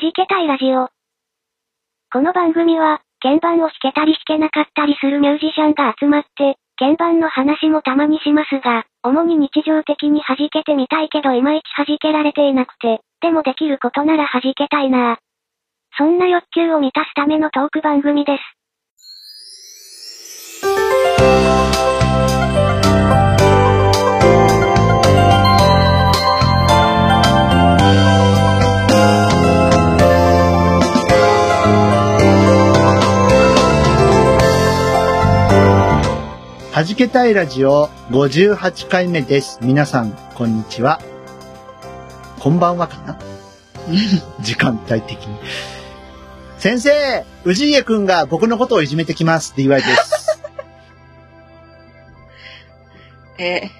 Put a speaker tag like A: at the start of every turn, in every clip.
A: じけたいラジオ。この番組は、鍵盤を弾けたり弾けなかったりするミュージシャンが集まって、鍵盤の話もたまにしますが、主に日常的に弾けてみたいけどいまいち弾けられていなくて、でもできることなら弾けたいなぁ。そんな欲求を満たすためのトーク番組です。
B: はじけたいラジオ58回目です。皆さん、こんにちは。こんばんはかな 時間帯的に。先生、氏家くんが僕のことをいじめてきますって言われです。
C: えー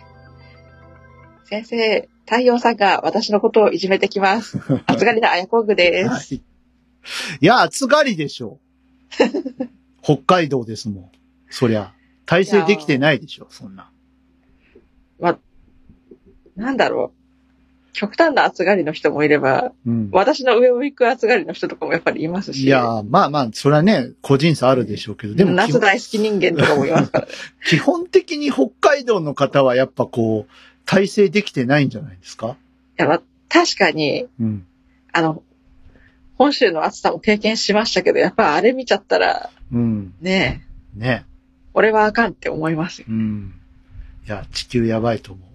C: 先生、太陽さんが私のことをいじめてき ます。暑がりなあやこぐ で
B: は
C: す。
B: い、いや、暑がりでし ょう。北海道ですもん。そりゃ、体制できてないでしょ、そんな。
C: なんだろう。極端な暑がりの人もいれば、
B: うん。
C: 私の上を行く暑がりの人とかもやっぱりいますし。
B: いや、まあまあ、それはね、個人差あるでしょうけど、でも基
C: 夏
B: 本
C: 大好き人間とかもいます からね。
B: 基本的に北海道の方はやっぱこう、体制できてないんじゃないですか
C: いやまあ確かに、
B: うん。
C: あの、本州の暑さも経験しましたけど、やっぱあれ見ちゃったら、
B: うん。
C: ねえ、
B: ね。
C: 俺はあかんって思いますよ。
B: うん。いや、地球やばいと思う。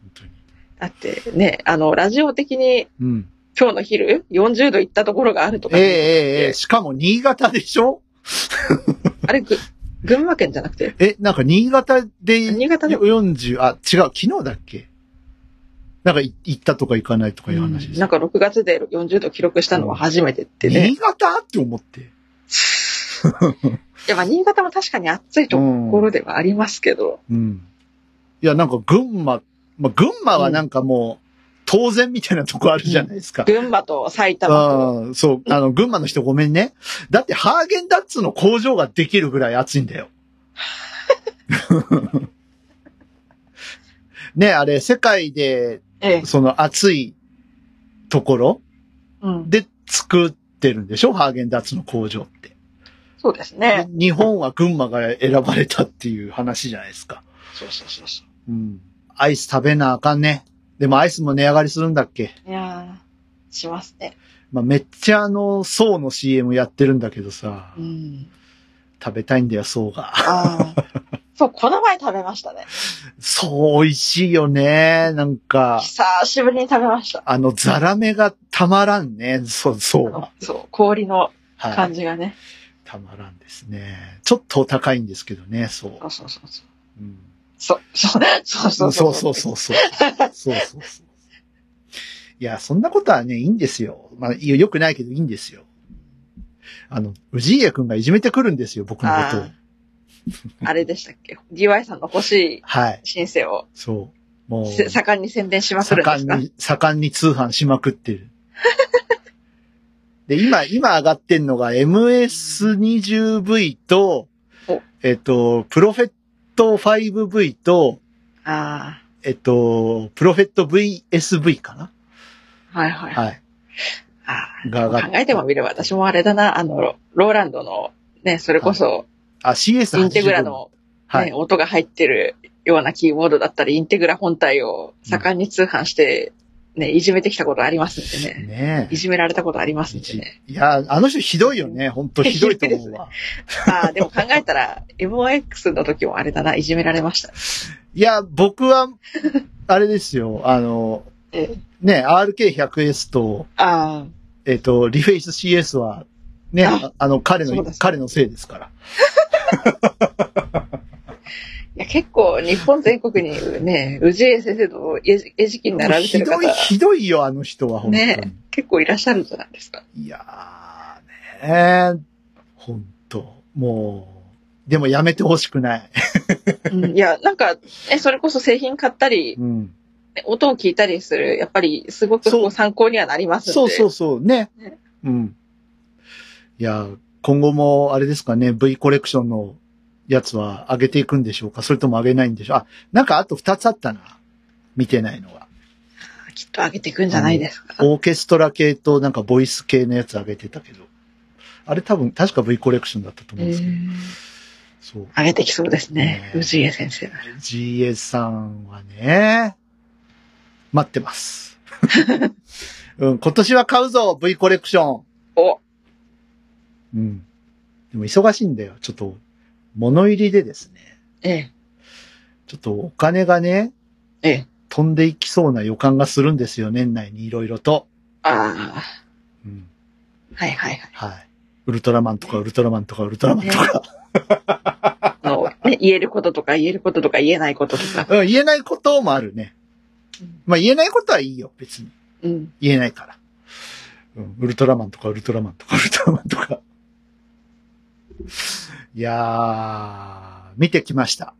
B: 本当に。
C: だってね、あの、ラジオ的に
B: うん。
C: 今日の昼、40度行ったところがあるとか
B: ええ
C: ね、
B: ええええしかも新潟でしょ
C: あれ、ぐ、群馬県じゃなくて、
B: え、なんか新潟で、
C: 新潟で
B: 40、あ、違う、昨日だっけなんかい行ったとか行かないとかいう話です。
C: なんか6月で40度記録したのは初めてってね。
B: 新潟って思って。
C: いや、まあ新潟も確かに暑いところではありますけど、
B: うん。いや、なんか群馬、まあ、群馬はなんかもう、当然みたいなとこあるじゃないですか。
C: 群馬と埼玉と、
B: ああ、そう。あの、群馬の人ごめんね。だって、ハーゲンダッツの工場ができるぐらい暑いんだよ。 ねあれ、世界で、
C: ええ、
B: その暑いところ
C: うん、
B: で作ってるんでしょハーゲンダッツの工場って。
C: そうです
B: で
C: ね。
B: 日本は群馬が選ばれたっていう話じゃないですか。
C: そうそうそうそ
B: うん。アイス食べなあかんね。でもアイスも値上がりするんだっけ
C: う。いやー、しますね。
B: まあ、めっちゃあの、層の CM やってるんだけどさ。
C: うん。
B: 食べたいんだよ、そうが。
C: ああ。そう、この前食べましたね。
B: そう、美味しいよね。なんか、
C: 久しぶりに食べました。
B: あの、ザラメがたまらんね。そう、そうは。
C: そう、氷の
B: は
C: 感
B: い。
C: じがね。
B: たまらんですね。ちょっとお高いんですけどね、そう。
C: そうそうそうそう。
B: うん、
C: そう、そ
B: そ
C: う、そうう、
B: そうそうそう。そうそうそう。いや、そんなことはね、いいんですよ。まあ、いいよくないけどいいんですよ。あの、氏家くんがいじめてくるんですよ、僕のことを
C: あ。あ。あれでしたっけ ?DY さんの欲しい
B: はい。
C: 申請を
B: そう。もう。
C: せ盛んに宣伝しまくるんで
B: 盛
C: す
B: ん
C: か
B: に、盛んに通販しまくってる。で、今、今上がってんのが MS20V と
C: お、
B: えっと、プロフェット 5V と、
C: あ
B: えっと、プロフェット VSV かな
C: あ、はいはい。
B: はい。
C: あ
B: が上が
C: あ
B: っ
C: 考えてもみれば私もあれだな、あの、ローランドの、ね、それこそ、
B: あ、CS85。
C: インテグラの、ね
B: はい。
C: 音が入ってるようなキーボードだったり、インテグラ本体を盛んに通販して、ね、いじめてきたことありますんでね。
B: ね
C: いじめられたことありますんでね。
B: いや、あの人ひどいよね。本当ひどいと思うわ。
C: ああ、でも考えたら、MOX の時もあれだな、いじめられました。
B: いや、僕は、あれですよ。あの、
C: え
B: ね、RK100S と、
C: あ
B: えっ、と、リフェイス CS は、ね、
C: あ
B: ああの、彼
C: そう
B: の
C: で、す
B: 彼のせいですから。
C: あ、いや結構日本全国にね、宇治江先生と餌餌食に並べて
B: ひ
C: る
B: ど
C: 方
B: い、、ひどいよ、あの人は、本当に。
C: ね結構いらっしゃるんじゃないですか。
B: いやーね本当もう、でもやめてほしくない。
C: うんいや、なんか、え、それこそ製品買ったり、
B: うん。
C: ね音を聞いたりする、やっぱりすごく
B: そう
C: こう参考にはなりますんで。
B: そうそうそう、ね
C: ね。
B: うん。いや、今後も、あれですかね、V コレクションのやつは上げていくんでしょうかそれとも上げないんでしょうあ、なんかあと2つあったな。見てないのは。
C: きっと上げていくんじゃないですか。
B: オーケストラ系となんかボイス系のやつ上げてたけど。あれ多分、確か V コレクションだったと思うんですけど。
C: うん
B: そう。
C: 上げてきそうですね。
B: ね
C: 氏家先生。
B: GA さんはね、待ってます。うん、今年は買うぞ !V コレクション
C: お
B: うん。でも忙しいんだよ。ちょっと、物入りでですね。
C: ええ、
B: ちょっとお金がね、
C: ええ。
B: 飛んでいきそうな予感がするんですよ、年内にいろいろと。
C: あ
B: うん。
C: あ、はいはいはい。
B: はい。ウルトラマンとか、ウルトラマンとか、ウルトラマンとか。
C: あの、ね、言えることとか言えることとか言えないこととか。
B: うん、言えないこともあるね。まあ言えないことはいいよ、別に。
C: うん。
B: 言えないから。うん、ウルトラマンとか、ウルトラマンとか、ウルトラマンとか。いやー、見てきました。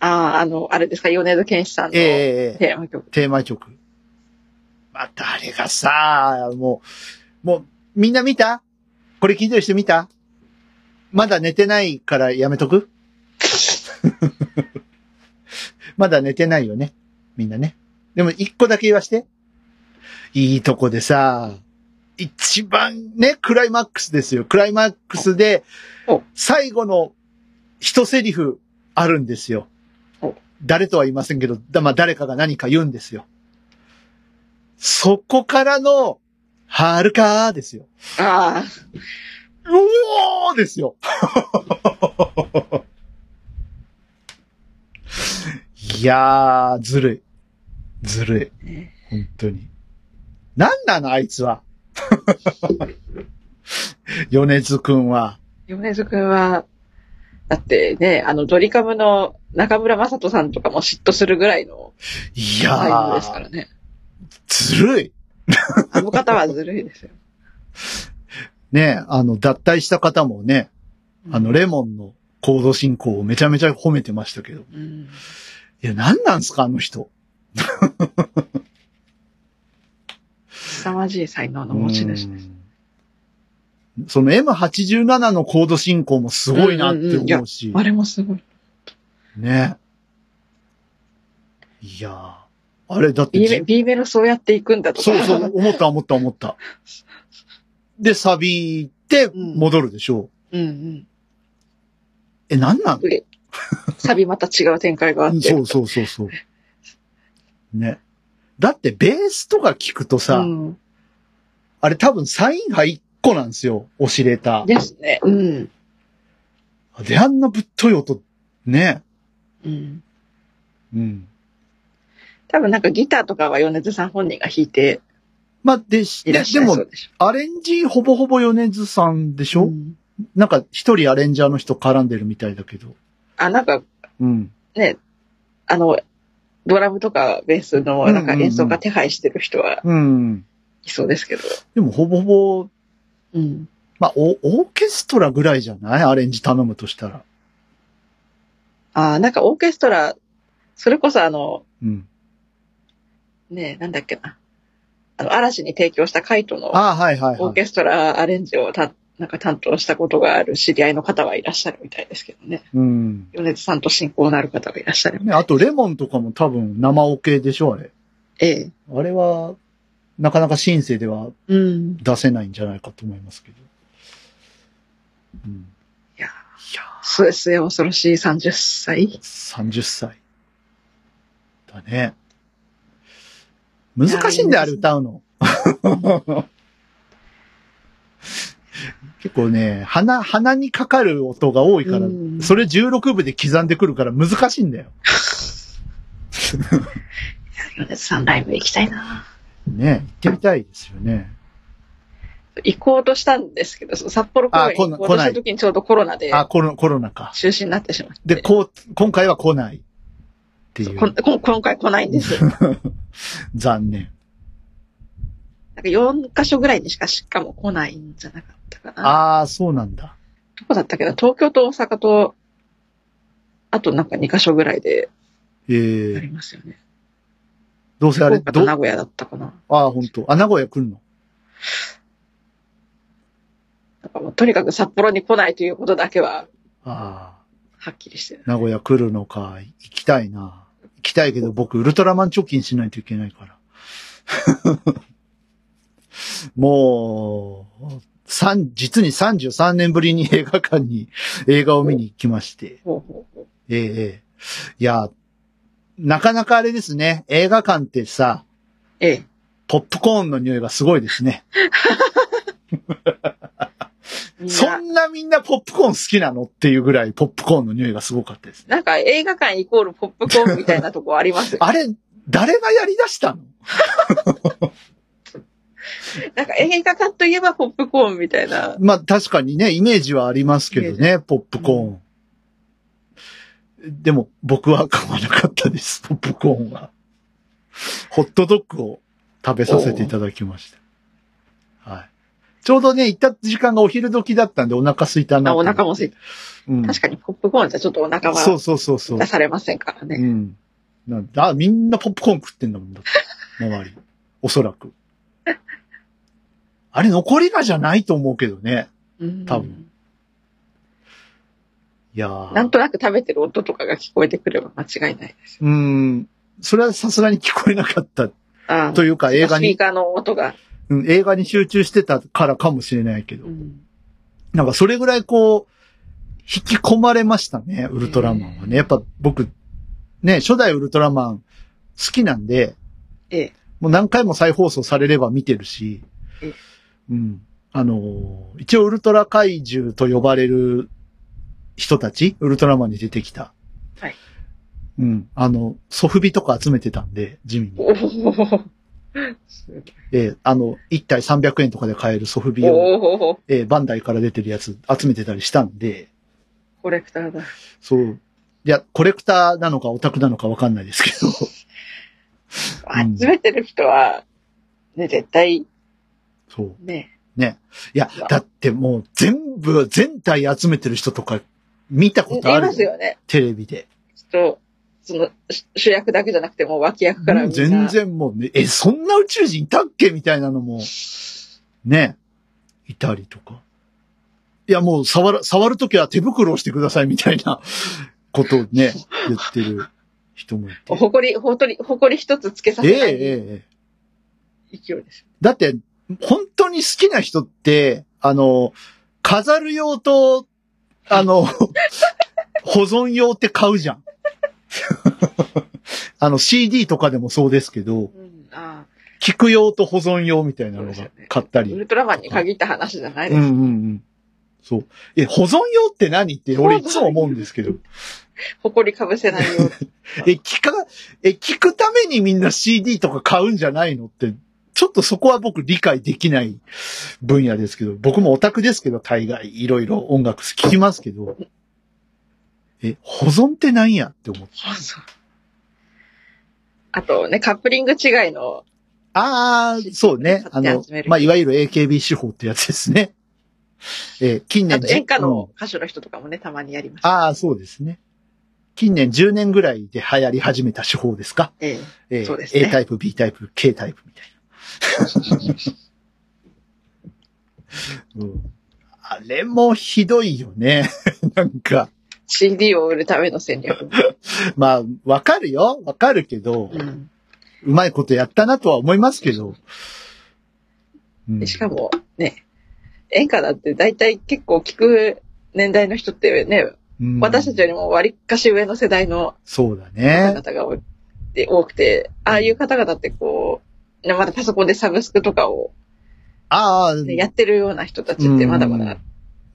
C: ああ、あの、あれですか、米津玄師さんの
B: ええ
C: テ
B: ええ
C: ーマ曲。
B: テーマ曲。またあれがさ、もう、もう、みんな見たこれ聞いてる人見たまだ寝てないからやめとく まだ寝てないよね。みんなね。でも一個だけ言わして。いいとこでさ、一番ね、クライマックスですよ。クライマックスで
C: お、
B: 最後の一セリフあるんですよ
C: お。
B: 誰とは言いませんけど、だまあ誰かが何か言うんですよ。そこからの、はるかーですよ。
C: ああ、
B: うおーですよ。 いやー、ずるい。ずるい。
C: ね
B: 本当に。なんなの、あいつは。 米津くんは。
C: 米津くんは、だってね、あの、ドリカムの中村雅人さんとかも嫉妬するぐらいの
B: い
C: 俳優
B: や
C: ですか
B: ー、
C: らね。
B: ずるい。
C: あの方はずるいですよ。
B: ね、あの、脱退した方もね、あの、レモンのコード進行をめちゃめちゃ褒めてましたけど。
C: うん、
B: いや、なんなんすか、あの人。
C: 凄まじい才能の持ち主です。
B: うんその M87 のコード進行もすごいなって思うし、
C: あれもすごい。
B: ね。いやーあれだって
C: B メ
B: じ、
C: B メロそうやっていくんだとか。
B: そうそう、思った思った思った。で、サビで戻るでしょう。
C: うんうん。
B: え、なんなの
C: でサビまた違う展開があって。
B: そうそうそうそう。ね。だってベースとか聞くとさ、
C: うん
B: あれ多分サインが1個なんですよ、オシレータ
C: ですね。うん。
B: ー。で、あんなぶっとい音、ね。
C: うん。
B: うん。
C: 多分なんかギターとかは米津さん本人が弾いて
B: まあ、でし、
C: いら
B: で
C: っし
B: で
C: ゃる
B: も
C: そう、でし
B: アレンジほぼほぼ米津さんでし
C: ょ。
B: ょ、
C: うん
B: なんか一人アレンジャーの人絡んでるみたいだけど。
C: あ、なんか
B: うん。
C: ね、あの、ドラムとかベースのなんか演奏家手配してる人は
B: うん。
C: いそうですけど。
B: でもほぼほぼ、
C: うん。
B: まあ、オオーケストラぐらいじゃないアレンジ頼むとしたら。
C: あ、なんかオーケストラ、それこそあの、
B: うん。
C: ね、なんだっけな。あの、嵐に提供したカイトの
B: ああ、はいはい
C: オー
B: はい。
C: ケストラアレンジをた、なんか担当したことがある知り合いの方はいらっしゃるみたいですけどね。
B: うん。
C: 米津さんと親交のある方がいらっしゃる。
B: ね、あとレモンとかも多分生オケでしょあれ。
C: ええ。
B: あれは、なかなかシンセでは
C: うん。
B: 出せないんじゃないかと思いますけど。うん。
C: い
B: い
C: や
B: や
C: 末末恐ろしい30歳。
B: ー30歳。だね。難しいんだよ、あれ歌うの。 結構ね、鼻、鼻にかかる音が多いから
C: う、ん
B: それ16部で刻んでくるから難しいんだよ。
C: 米津さんライブ行きたいな。
B: ね、行ってみたいですよね。
C: 行こうとしたんですけど、その札幌公
B: あ
C: 演
B: こん
C: 行こうとした時にちょうどコロナで
B: あ、コロコロナか。
C: 中止になってしまって。
B: で、こう、今回は来ないってい
C: こん
B: う。
C: こん今回来ないんです。なんか
B: 残念。
C: 4カ所ぐらいにしかしかも来ないんじゃなかったかな。
B: ああ、そうなんだ。
C: どこだったっけな東京と大阪と、あとなんか2カ所ぐらいで
B: ええ
C: ありますよね。
B: どうせあ
C: 福
B: れ、
C: 岡と
B: ど、
C: 名
B: あ
C: 古屋だったかな。
B: あ、本当。あ、名古屋来るの
C: なんかもうとにかく札幌に来ないということだけは
B: ああ、
C: はっきりしてる。
B: 名古屋来るのか。行きたいな。行きたいけど、僕、ウルトラマン貯金しないといけないから。 もう、三、実に33年ぶりに 映画館に映画を見に行きまして。
C: ほうほうほう
B: ええええいや、なかなかあれですね。映画館ってさ、
C: ええ。
B: ポップコーンの匂いがすごいですね。
C: みんな
B: そんなみんなポップコーン好きなのっていうぐらいポップコーンの匂いがすごかったですね。
C: なんか映画館イコールポップコーンみたいなとこあり ますよ。
B: あれ、誰がやり出したの
C: なんか映画館といえばポップコーンみたいな。
B: まあ確かにね、イメージはありますけどね、ポップコーン。でも僕は買わなかったです、 ポップコーンは。ホットドッグを食べさせていただきました。はい。ちょうどね、行った時間がお昼時だったんでお腹空いたな
C: あ
B: と。
C: お腹も空いて。
B: うん。
C: 確かにポップコーンじゃちょっとお腹
B: そう
C: は
B: そうそうそう
C: 出。されませんから
B: う
C: ね。
B: ん。なんあ、みんなポップコーン食ってんだもんだって。周り。おそらく。あれ残りがじゃないと思うけどね。
C: うん
B: 多分。いやー
C: なんとなく食べてる音とかが聞こえてくれば間違いないです。
B: うーん。それはさすがに聞こえなかった
C: ああ
B: というか、映画
C: スピー
B: に、
C: カーの音が。
B: うん、映画に集中してたからかもしれないけど
C: う。ん
B: なんかそれぐらいこう、引き込まれましたね、ウルトラマンはね。やっぱ僕、ね、初代ウルトラマン好きなんで、
C: ええ。
B: もう何回も再放送されれば見てるし
C: え、
B: うん。あのー一応ウルトラ怪獣と呼ばれる人たち、ウルトラマンに出てきた。
C: はい。
B: うん。あの、ソフビとか集めてたんで、地味に。
C: おーすごい
B: えーあの、1体300円とかで買えるソフビを、
C: おー
B: えーバンダイから出てるやつ集めてたりしたんで、
C: コレクターだ。
B: そう。いや、コレクターなのかオタクなのかわかんないですけど、うん
C: 集めてる人は、ね、絶対、
B: そう。
C: ね。
B: いや
C: うわ、
B: だってもう全部、全体集めてる人とか見た
C: い
B: ことある
C: ますよね。
B: テレビで。
C: ちょっと、その、し主役だけじゃなくてもう脇役から
B: も
C: みん
B: う
C: な。
B: 全然もうね、え、そんな宇宙人いたっけみたいなのも、ね、いたりとか。いや、もう触る、触るときは手袋をしてくださいみたいなことをね、言ってる人 もいて。
C: ほこり、ほとり、ほこり一つつけさ
B: ええ
C: せ
B: え
C: な
B: え
C: い
B: ええ
C: 勢いです。
B: だって、本当に好きな人って、あの、飾る用と、あの、保存用って買うじゃん。 あの CD とかでもそうですけど、
C: うん、ああ
B: 聞く用と保存用みたいなのが買ったり。
C: ウルトラマンに限った話じゃないで
B: う
C: す。
B: んうんうん。そう。え、保存用って何って俺いつも思うんですけど。
C: ほこりかぶせない ように。
B: え、聞か、え、聞くためにみんな CD とか買うんじゃないのって、ちょっとそこは僕理解できない分野ですけど、僕もオタクですけど、大概いろいろ音楽聴きますけど、え、保存って何やって思って。
C: そうそうあとね、カップリング違いの、
B: ああ、そうね。あ
C: 買っ
B: の
C: て集め、る
B: まあ、いわゆる AKB 手法ってやつですね。えー近
C: あ
B: 年
C: と
B: じ
C: 演歌
B: う
C: の
B: ん
C: 歌手の人とかもね、たまにやります。
B: ああ、そうですね。近年10年ぐらいで流行り始めた手法ですか
C: ええ。
B: えー
C: そうですね
B: A タイプ、B タイプ、K タイプみた いな。うん、あれもひどいよね。 なんか、
C: CD を売るための戦略。
B: まあ、わかるよ。わかるけど、
C: うん
B: うまいことやったなとは思いますけど。うん
C: でしかもね、演歌だって大体結構聞く年代の人ってね、
B: うん
C: 私たちよりも割かし上の世代の
B: そうだ
C: 方
B: ね。
C: 々が多くて多くて、ああいう方々ってこう、ねまだパソコンでサブスクとかを
B: ああ、
C: ね、やってるような人たちってまだまだ、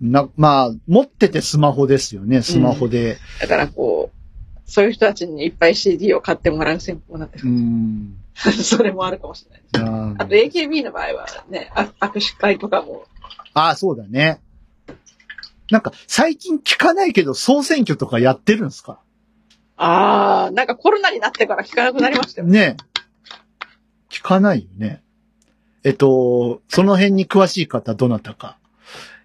B: うんな、まあ、持っててスマホですよね。スマホで。
C: だからこう、そういう人たちにいっぱい CD を買ってもらう戦法なんです
B: う
C: か、
B: ん。
C: それもあるかもしれない。
B: じゃあ
C: あと AKB の場合はね、あ握手会とかも、
B: ああ、そうだね。なんか、最近聞かないけど、総選挙とかやってるんですか
C: ああ、なんかコロナになってから聞かなくなりましたよね。
B: ねえ。聞かないよね。えっと、その辺に詳しい方、どなたか。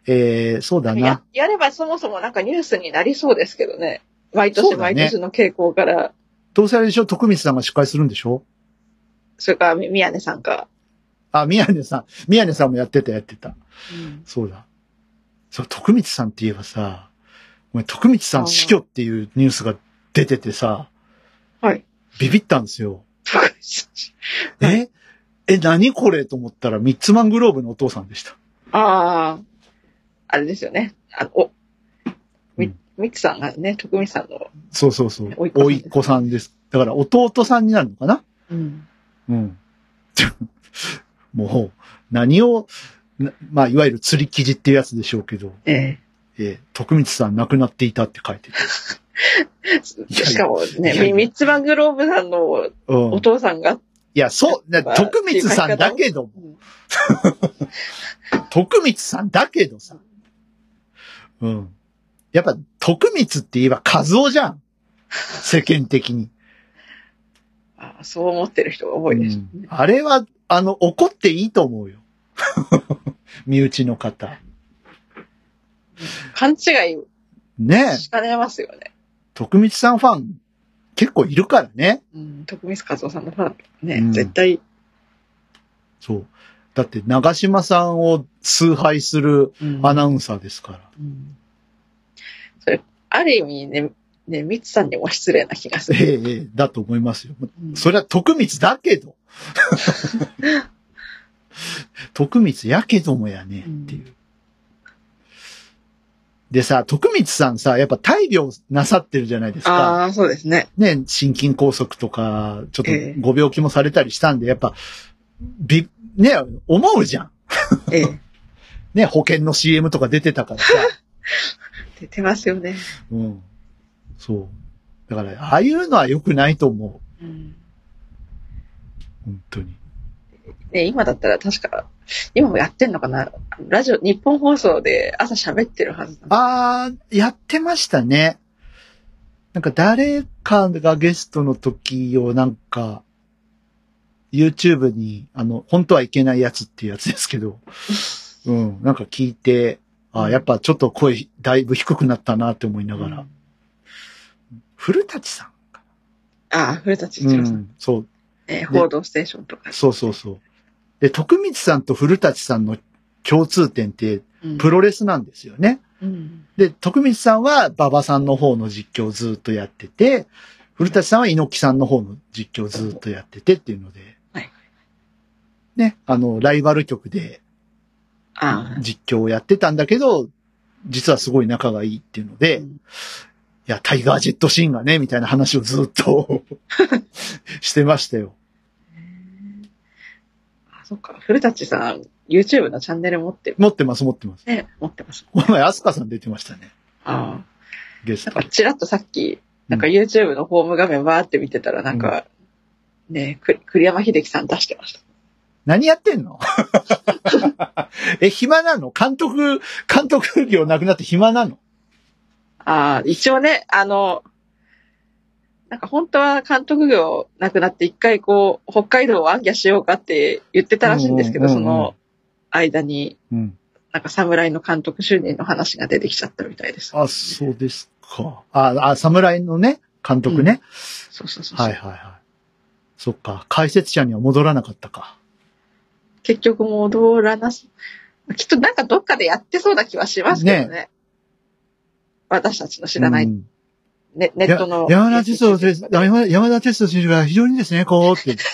B: えー、そうだ
C: や
B: な。
C: やればそもそもなんかニュースになりそうですけどね。毎
B: そう
C: 年
B: だね
C: 毎年の傾向から、
B: どうせあれでしょ徳光さんが司会するんでしょ
C: それからみ宮根さんか。
B: あ、宮根さん。宮根さんもやってた、やってた。そうだ。そう、徳光さんって言えばさ、お前、徳光さ
C: あ
B: ん
C: ー
B: 死去っていうニュースが出ててさ、
C: はい。
B: ビビったんですよ。
C: 徳光さん
B: ええ、何これと思ったら、ミッツマングローブのお父さんでした。
C: ああ、あれですよね。あお、
B: う
C: み
B: ん、
C: みつさんがね、徳光さんの。
B: そうそうそう。
C: 甥
B: 甥
C: っ子さん
B: っ子さんです。だから、弟さんになるのかな
C: うん。
B: うん。ちょ もう、何を、なまあ、いわゆる釣り記事っていうやつでしょうけど、
C: え
B: えー、徳光さん亡くなっていたって書いてる。
C: え
B: いや
C: しかもね
B: いやい、や
C: みミッツマングローブさんの
B: うん。
C: お
B: い
C: 父さんが、
B: や、そう、な
C: まあ
B: 徳光さんだけども、徳光さん だけどさ。うん。やっぱ、徳光って言えば和夫じゃん。世間的に。
C: あーそう思ってる人が多いですね。
B: うんあれは、あの、怒っていいと思う よ。身内の方。
C: 勘違い
B: ねえ、
C: しかねますよね。
B: 徳光さんファン結構いるからね。
C: うん、徳光和夫さんのファンね、
B: うん
C: 絶対、
B: そう。だって、長島さんを崇拝する
C: うん
B: アナウンサーですから。
C: うんそれ、ある意味ね、ね、みつさんにも失礼な気がす
B: ええ
C: る。
B: ええ、だと思いますよ。
C: うん
B: それは徳光だけ ど。徳光やけどもやねっていう。でさ、徳光さんさ、やっぱ大病なさってるじゃないですか。
C: ああ、そうですね。
B: ね、心筋梗塞とか、ちょっと
C: ええ
B: ご病気もされたりしたんで、やっぱ、び、ね、思うじゃん。
C: え え。
B: ね、保険の CM とか出てたから さ。
C: 出てますよね。
B: うん。そう。だから、ああいうのは良くないと思う。
C: うん
B: 本当に。
C: ね、今だったら確か、今もやってんのかなラジオ、日本放送で朝喋ってるはず
B: あ
C: あ
B: ー、やってましたね。なんか誰かがゲストの時をなんか、YouTube に、あの、本当はいけないやつっていうやつですけど、うん、なんか聞いて、あーやっぱちょっと声だいぶ低くなったなって思いながら、
C: うん
B: 古舘さんか
C: あ、古舘一
B: な、
C: 郎さん。
B: ん、そう、
C: えー報道ステーションとか。
B: そうそうそう。で、徳光さんと古舘さんの共通点って、
C: うん
B: プロレスなんですよね。
C: うん
B: で、徳光さんは馬場さんの方の実況をずっとやってて、古舘さんは猪木さんの方の実況をずっとやっててっていうので、
C: はい
B: ね、あの、ライバル局で
C: ああ。
B: 実況をやってたんだけど、実はすごい仲がいいっていうので、
C: うん
B: いや、タイガージェットシーンがね、みたいな話をずっ としてましたよ。
C: あ、そっか。古舘さん、YouTube のチャンネル持ってる。
B: 持ってます、持ってます。
C: ね、持ってます。
B: この前、アスカさん出てましたね、
C: あ
B: ゲ
C: あ。
B: ス
C: なん
B: ト
C: か、。ちらっとさっき、なんか YouTube のホーム画面バーって見てたら、なんか、ね、く栗山秀樹さん出してました。
B: 何やってん のえ、暇なの監督、監督業なくなって暇なの
C: ああ、一応ね、あの、なんか本当は監督業なくなって一回こう、北海道を暗記しようかって言ってたらしいんですけど、
B: うんうん
C: そ
B: うんうん
C: の間に、
B: うん。
C: なんか侍の監督就任の話が出てきちゃったみたいです。
B: あ、そうですか。あ、あ、侍のね、監督ね。
C: そうそうそうそう、
B: はいはいはい。そっか。解説者には戻らなかったか。
C: 結局戻らなす。きっとなんかどっかでやってそうな気はしますけどね。私たちの知らない、
B: うん
C: ねネットの。
B: や山田哲人 選手、山山田哲人選手が非常にですね、こうって。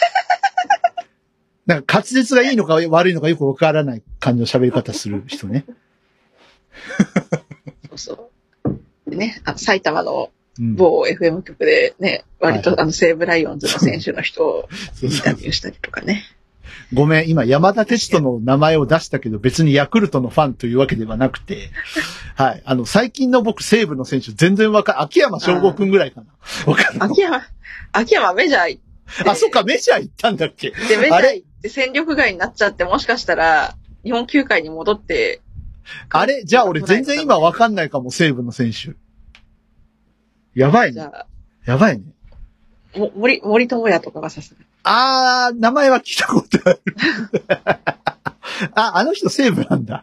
B: なんか滑舌がいいのか悪いのかよくわからない感じの喋り方する人ね。
C: そうそう。でね、あの埼玉の
B: うん。
C: 某 FM 局でね、割
B: はい
C: とあの西武ライオンズの選手の人を
B: そう
C: イン
B: そ
C: タ
B: う
C: ビューしたりとかね。
B: ごめん、今山田哲人の名前を出したけど別にヤクルトのファンというわけではなく て、はい。あの、最近の僕西武の選手全然わかん、秋山翔吾くんぐらい かな。わかんない
C: 秋山、秋山メジャー行って、
B: あ、そっか、メジャー行ったんだっけ
C: で、メジャ
B: あ
C: ー
B: れ
C: 行って戦力外になっちゃって、もしかしたら日本球界に戻って、
B: あれじゃあ俺全然今わかんないかも、西武の選手。やばい
C: じ
B: ね。
C: ゃ
B: やばいね。
C: あ、も森、森友哉とかがさすが
B: あー、名前は聞いたこと ある。あ、あの人西武なんだ。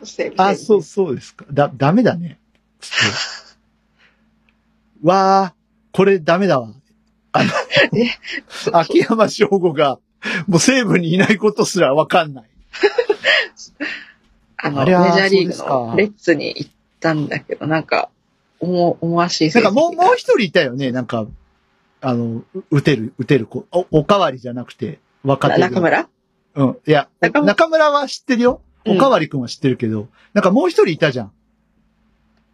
C: に西武
B: あ、そう、そうですか。だ、ダメだね。わー、これダメだわ。あの
C: え、
B: 秋山翔吾が、もう西武にいないことすらわかんない。
C: あの、
B: あ
C: メジ
B: れは
C: ャーリ
B: そうで
C: ー
B: す
C: グ
B: か
C: のレッツに行ったんだけど、なんか、思、思わしい
B: なん
C: 成績
B: か
C: が
B: もう、もう一人いたよね。なんか、あの、う打てる、打てる子。お、おかわりじゃなくて、若手
C: 中
B: が。
C: 村
B: うん。いや、
C: 中村
B: 中村は知ってるよ。おかわりくんは知ってるけど、なんかもう一人いたじゃん。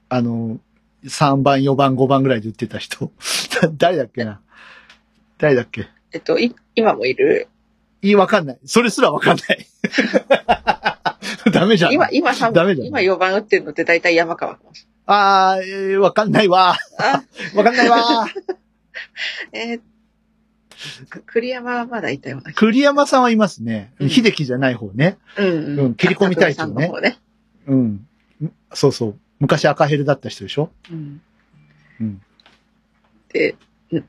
B: あの、3番、4番、5番ぐらいで売ってた人。 だ誰だっけな誰だっけ
C: えっと、い、今もいる。
B: いい、わかんない。それすらわかんない。 ダメじゃん。
C: 今、今三
B: ダメだね
C: 今4番打ってるのって大体山川かもし
B: あー、えーわかんないわ
C: れない。あ、
B: ー。 わかんない わー。
C: えーく栗山はまだいたような気が。
B: 栗山さんはいますね。
C: うん
B: 秀樹じゃない方ね。
C: うん
B: うん切り込み隊長ね
C: 拓郎さんの方ね。
B: うん。そうそう。昔赤ヘルだった人でしょ
C: うん。
B: うん
C: で、うんなん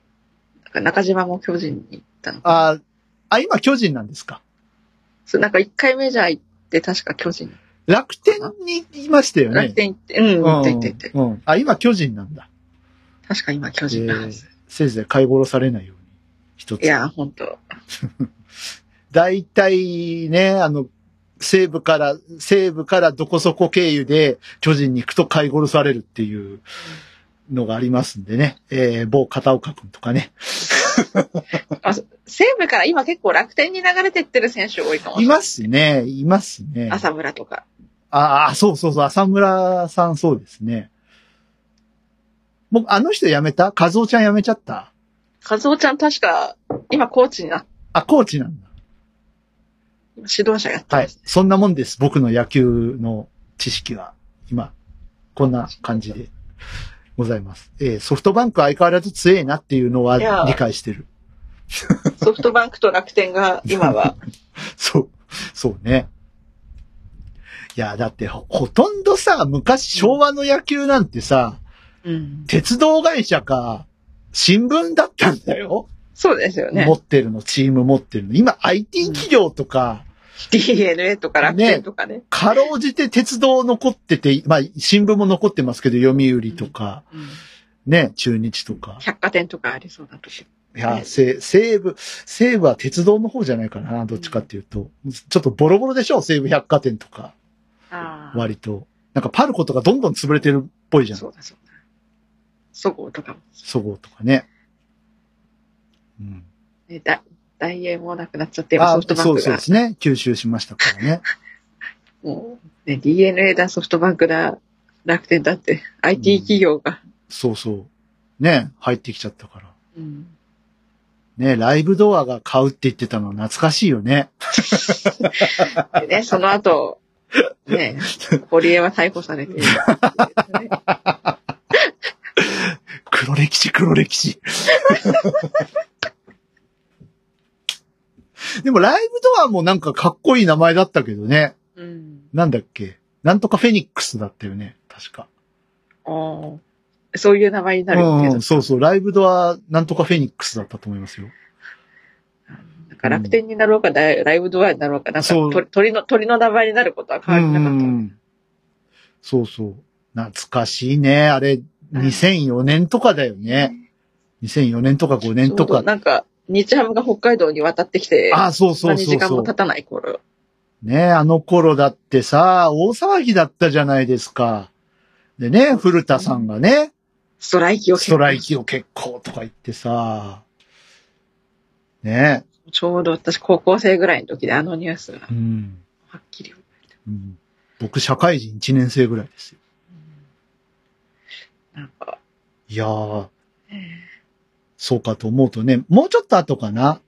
C: か中島も巨人に行ったのかな
B: あー、あ、今巨人なんですか
C: そう、なんか一回メジャー行って、確か巨人。
B: 楽天にいましたよね。
C: 楽天行って、うん、行って行って行って。
B: うんうん。あ、今巨人なんだ。
C: 確か今巨人なはず。
B: せいぜい買い殺されないように。一つ。
C: いや、本当
B: 大体ね、あの、西部から、西部からどこそこ経由で巨人に行くと買い殺されるっていうのがありますんでね。えー、某片岡くんとかね。
C: 西部から今結構楽天に流れてってる選手多いかもし
B: い
C: れない。
B: ますね、いますね。あ
C: 浅村とか。
B: あ、そうそうそう、浅村さんそうですね。もう、あの人辞めた和夫ちゃん辞めちゃった
C: 和夫ちゃん確か、今コーチにな、
B: あ、コーチなんだ。
C: 今指導者やって
B: は
C: ま
B: い
C: す。。
B: そんなもんです。僕の野球の知識は、今、こんな感じでございます。えーソフトバンク相変わらず強えなっていうのはい
C: や
B: 理解してる。
C: ソフトバンクと楽天が今は、
B: そう、そうね。いや、だってほ、ほとんどさ、昔昭和の野球なんてさ、
C: うん、
B: 鉄道会社か、新聞だったんだよ。
C: そうですよね
B: 持。ってるの、チーム持ってるの。今、IT 企業とか、
C: DNA とか楽天とかね。
B: かろうじて鉄道残ってて、まあ、新聞も残ってますけど、読売とか、
C: うん
B: ね、中日とか。
C: 百貨店とかありそうなとこ
B: いや、せ西武、西武は鉄道の方じゃないかな、どっちかっていうと。ちょっとボロボロでしょ、西武百貨店とか、
C: ああ。
B: 割と。なんかパルコとかどんどん潰れてるっぽいじゃん
C: そ。うだそうだ。そごうとかも。
B: そごうとかね。うん。
C: ね、だ、大英もなくなっちゃって、今
B: あ
C: ソフトバ
B: そ
C: ン
B: う
C: ク
B: そう
C: が
B: で。すね。吸収しましたからね。
C: もう、ね、DNA だ、ソフトバンクだ、楽天だって、IT 企業が。
B: そうそう。ね、入ってきちゃったから。
C: うん。
B: ね、ライブドアが買うって言ってたの懐かしいよね。
C: でね、その後、ね、堀江は逮捕 されて、ね、
B: 黒歴史、黒歴史。 でもライブドアもなんかかっこいい名前だったけどね。
C: うん。
B: なんだっけ。なんとかフェニックスだったよね。確か。
C: ああ。そういう名前になる
B: う
C: けど
B: ん、、そうそう。ライブドアなんとかフェニックスだったと思いますよ。
C: なんか楽天になろうか、ライライブドアになろうか、なんか
B: そう
C: 鳥鳥の、鳥の名前になることは
B: う
C: 変わりなかった。
B: ん。そうそう。懐かしいね。あれ、2004年とかだよね。2004年とか5年と
C: ちょうど
B: か。
C: なんか、日ハムが北海道に渡ってきて、
B: あ、そう
C: そ
B: そう
C: んなに
B: そ
C: 時
B: う
C: 間
B: そ
C: も
B: う
C: 経。たない頃。
B: ねあの頃だってさ、大騒ぎだったじゃないですか。でね、古田さんがね、
C: ストライキを
B: ストライキを結構とか言ってさ、ね
C: ちょうど私高校生ぐらいの時であのニュースが
B: うん、
C: はっきり。
B: うん僕、社会人1年生ぐらいですよ。
C: なんか、
B: いやー、そうかと思うとね、もうちょっと後かな、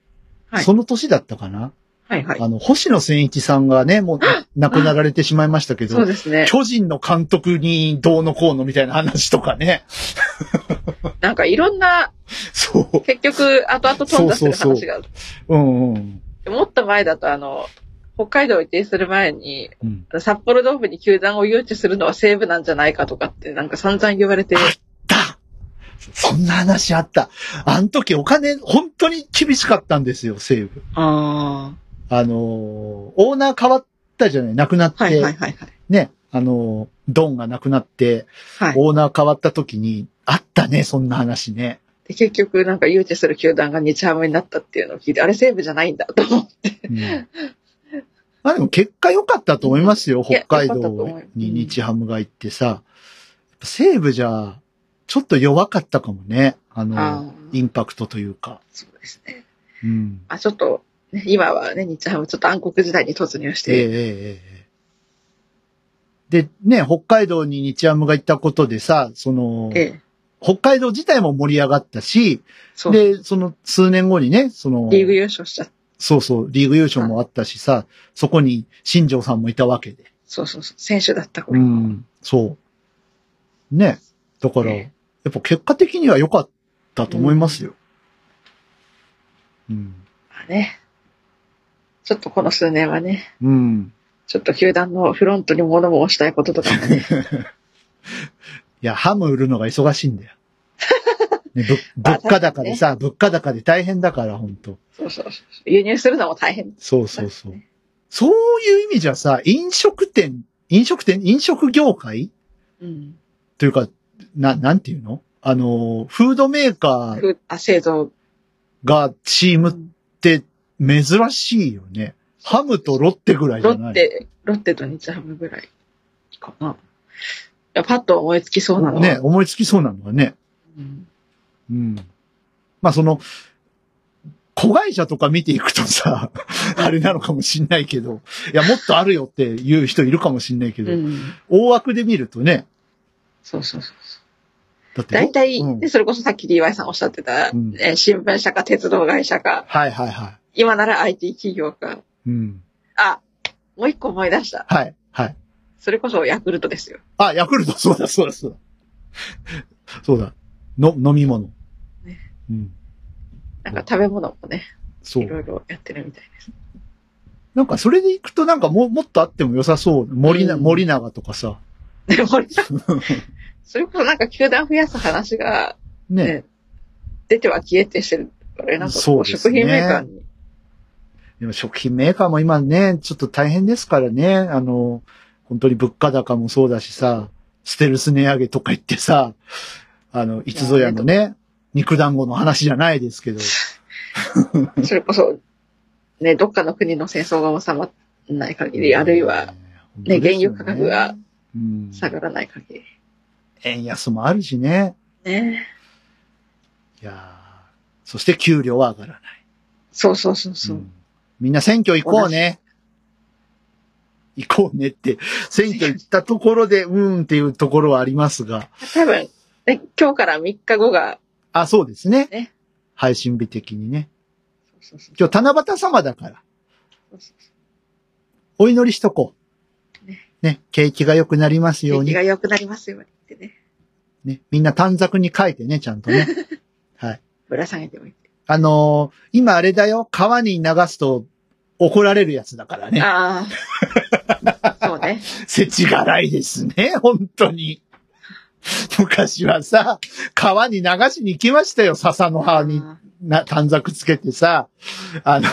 C: はい
B: その年だったかな、
C: はいはい。
B: あの、星野千一さんがね、もう亡くなられてしまいましたけ
C: そう
B: ど、
C: ですね。
B: 巨人の監督にどうのこうのみたいな話とかね、
C: なんかいろんな、
B: そう。
C: 結局、後々飛んだする
B: そうそうそ
C: 話が。
B: うんうん
C: もっと前だと、あの、北海道を移転する前に、
B: うん。
C: 札幌ドームに球団を誘致するのは西部なんじゃないかとかって、なんか散々言われて、
B: だそんな話あった。あの時お金、本当に厳しかったんですよ、西武。
C: あ
B: あのーオーナー変わったじゃない、亡くなって。
C: あ。はいはいはいはい。
B: ね。あのードンが亡くなって、
C: はい。
B: オーナー変わった時に、あったね、そんな話ね。
C: で、結局、なんか誘致する球団が日ハムになったっていうのを聞いて、あれ西部じゃないんだと思って。
B: うん、まあでも結果良かったと思いますよ、
C: いや
B: 北海
C: 良かったと思
B: 道
C: う
B: に日ハムが行ってさ。やっぱ西武じゃ、ちょっと弱かったかもね。あのー
C: ああ
B: インパクトというか。
C: そうですね。
B: うん。
C: あ、ちょっと、ね今はね、日ハムちょっと暗黒時代に突入し
B: えええ
C: て、
B: えええで、ね、北海道に日ハムが行ったことでさ、その、
C: ええ、
B: 北海道自体も盛り上がったし、
C: そう、リ
B: で、その数年後にね、その、
C: ーグ優勝しちゃった。
B: そうそう、リーグ優勝もあったしさ、そこに新庄さんもいたわけで。
C: そうそうそう、選手だった
B: う
C: 頃。
B: ん、そう。ね。だから、や
C: え
B: っぱ結果的には良かったと思いますよ。うん。
C: まあね。ちょっとこの数年はね、
B: うん。
C: ちょっと球団のフロントに物申したいこととか もね、
B: いや、ハム売るのが忙しい んだよ。ね、ぶ
C: まあ
B: 物価高でさ、物価高で大変だから、本当
C: そうそうそう、輸入するのも大変。
B: そうそうそう。そういう意味じゃさ、飲食店、飲食店、飲食業界
C: うん。
B: というか、な、なんていうのあの、フードメーカー
C: ふあ、製造。
B: がチームっ
C: うん
B: て珍しいよね。ハムとロッテぐらいじゃ
C: ロ
B: な
C: ッ
B: い
C: テ、ロッテと日ハムぐらいかな。いや、パッと思いつきそうなのは。
B: ね、思いつきそうなのはね。
C: うん
B: うん。まあその、子会社とか見ていくとさ、あれなのかもしんないけど、いや、もっとあるよっていう人いるかもしんないけ
C: う
B: ど、
C: ん。
B: 大枠で見るとね、
C: そうそうそうそう。
B: だって、
C: 大体、
B: うん
C: ねそれこそさっき DY さんおっしゃってた、
B: うん
C: えー新聞社か鉄道会社か、
B: はいはいは
C: 今なら IT 企業か。
B: い。うん。
C: あ、もう一個思い出した。
B: はい、はい。
C: それこそヤクルトですよ。
B: あ、ヤクルト、そうだ、そうだ、そうだ。そうだ。の、飲み物
C: ね。
B: うん。
C: なんか食べ物もね、
B: そ
C: いろ
B: う。
C: いろやってるみたいです。
B: なんか、それで行くとなんかもう、もっとあっても良さそう。森な、
C: うん
B: 森永とかさ。
C: でも、 それこそなんか球団増やす話が、
B: ね。
C: ね出ては消えてしてるから、なんかこ
B: そう
C: う
B: です
C: 食
B: ね
C: 品メーカーに、
B: でも食品メーカーも今ね、ちょっと大変ですからね、あの、本当に物価高もそうだしさ、ステルス値上げとか言ってさ、あの、いつぞやのね、肉団子の話じゃないですけど、
C: それこそ、ね、どっかの国の戦争が収まらない限り、あるいは、
B: 本当
C: ね、
B: です
C: 原
B: よね
C: 油価格が
B: うん
C: 下がらない限り。
B: 円安もあるしね、
C: ね。
B: いやーそして給料は上がらない。
C: そうそうそうそうう。
B: んみんな選挙行こうね。行こうねって、選挙行ったところで、うーんっていうところはありますが、
C: 多分、ね、今日から3日後が、
B: あ、そうですね。
C: ね
B: 配信日的にね。
C: そうそう
B: 今日七夕様だから、
C: そうそう
B: お祈りしとこう
C: ね。
B: ね、景気が良くなりますよう
C: 景気
B: に
C: が。良くなりますようにってね、
B: ね、みんな短冊に書いてね、ちゃんとね。 はい。
C: ぶら下げておいて。
B: あのー今あれだよ、川に流すと怒られるやつだからね。
C: ああ。 そうね。
B: 世知辛いですね、本当に。 昔はさ、川に流しに行きましたよ、笹の葉に
C: あ
B: な、短冊つけてさ、あの、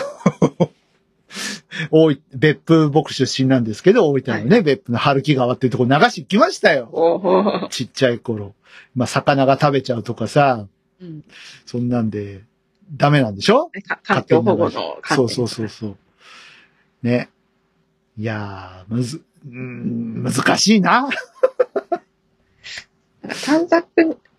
B: 大い別府僕出身なんですけど、大分のね、別府の春木川っていうとこ流し行きました
C: ー
B: よ。
C: おお。
B: ちっちゃい頃。まあ、魚が食べちゃうとかさ、
C: うん。
B: そんなんで、ダメなんでしょ
C: ねか環境保護の観点
B: そうそうそうそう。ね。いやー、むず、うーん、難しいな。
C: なんか短冊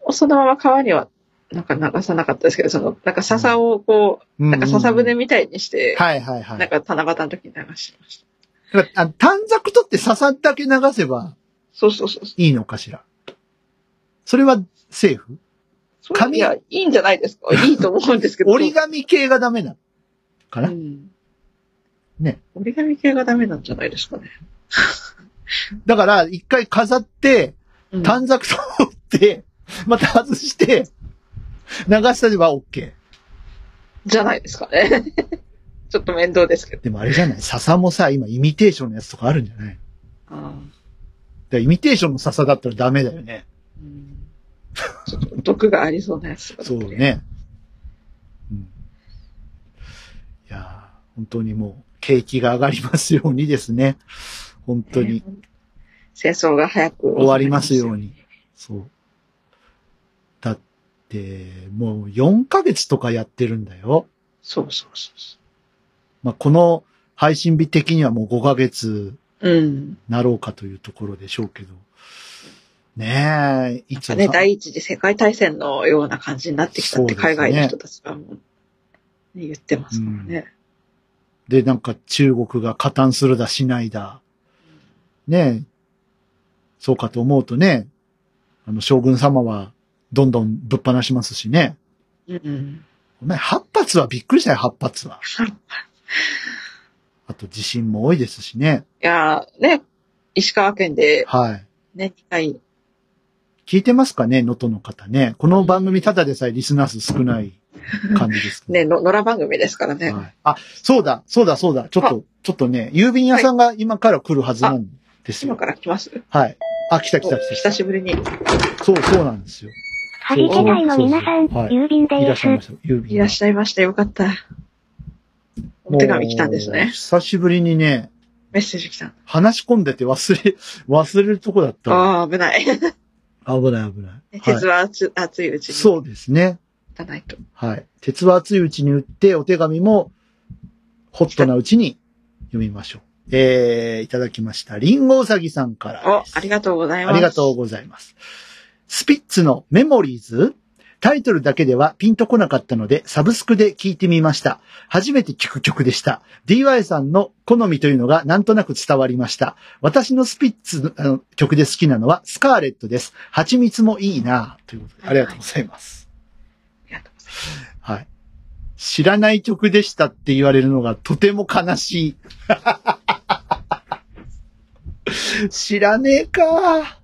C: をそのまま川には、なんか流さなかったですけど、その、なんか笹をこう、
B: な
C: なんか笹舟みたいにして、
B: はいはいはい。
C: なんか七夕の時に流してました。
B: だからあ短冊取って笹だけ流せば
C: そうそうそうそ
B: いいのかしら。それはセーフ
C: う。
B: 紙
C: いや、いいんじゃないです か。いいと思うんですけど。
B: 折り紙系がダメなのかな、
C: うん
B: ね。
C: 折り紙系がダメなんじゃないですかね。
B: だから、一回飾って、
C: うん
B: 短冊取って、また外して、流したれば OK。
C: じゃないですかね。 ちょっと面倒ですけど。
B: でもあれじゃない笹もさ、今イミテーションのやつとかあるんじゃないだか
C: あ
B: らイミテーションの笹だったらダメだよね。
C: ーうんちょっと毒がありそうなやつとか
B: そう。ね。うん。いやー本当にもう、景気が上がりますようにですね。本当に。
C: ね戦争が早く
B: 終わりますように。そう。だって、もう4ヶ月とかやってるんだよ。
C: そうそうそうそ
B: まあ、この配信日的にはもう5ヶ月
C: う。うん。
B: なろうかというところでしょうけど。ねえ、いつも
C: ね、
B: さ
C: 第一次世界大戦のような感じになってきたっ
B: そうで
C: て、
B: すね
C: 海外の人たちがもう、ね、言ってますからね。
B: で、なんか中国が加担するだしないだ。ねえ。そうかと思うとね、あの、将軍様はどんどんぶっ放しますしね。
C: うん。
B: お前、8発はびっくりしたよ、8発は。
C: い
B: あと地震も多いですしね。
C: やー、ね、石川県で、
B: はい。
C: ね、2回、
B: 聞いてますかね、能登の方ね。この番組ただでさえリスナー数少ない感じですけど
C: ね、の野良番組ですからね。
B: はい。あ、そうだ、そうだ、そうだ。ちょっと、ちょっとね、郵便屋さんが今から来るはずなんです
C: 今
B: よ。
C: から来ます
B: はい。あ、来た来た来た来
C: 久しぶりに。
B: た。そう、そうなんですよ。
A: はじけないの皆さん、
B: そうそうはい
A: 郵便で
B: い
A: ー。
B: らっしゃいますしたよ、郵
C: い
B: 便
C: ら
B: 屋
C: っ。しゃいました。よかった。お手紙来たんです
B: もう
C: ね。
B: 久しぶりにね、
C: メッセージ来た。
B: 話し込んでて忘れ、忘れるとこだった。
C: ああ、危ない。
B: 危ない危ない。
C: 鉄
B: は
C: は熱,、熱いうち
B: い。
C: に
B: そうですね。
C: 打たないと。
B: はい。鉄は熱いうちに打って、お手紙も、ホットなうちに読みましょう。えー、いただきました。リンゴうさぎさんから
C: お
B: で、す。
C: ありがとうございます。
B: ありがとうございます。スピッツのメモリーズタイトルだけではピンとこなかったので、サブスクで聴いてみました。初めて聴く曲でした。DY さんの好みというのがなんとなく伝わりました。私のスピッツのあの曲で好きなのはスカーレットです。蜂蜜もいいなぁということで、ありがとうございます。
C: ありがとうございます。
B: はい。知らない曲でしたって言われるのがとても悲しい。 知らねえか。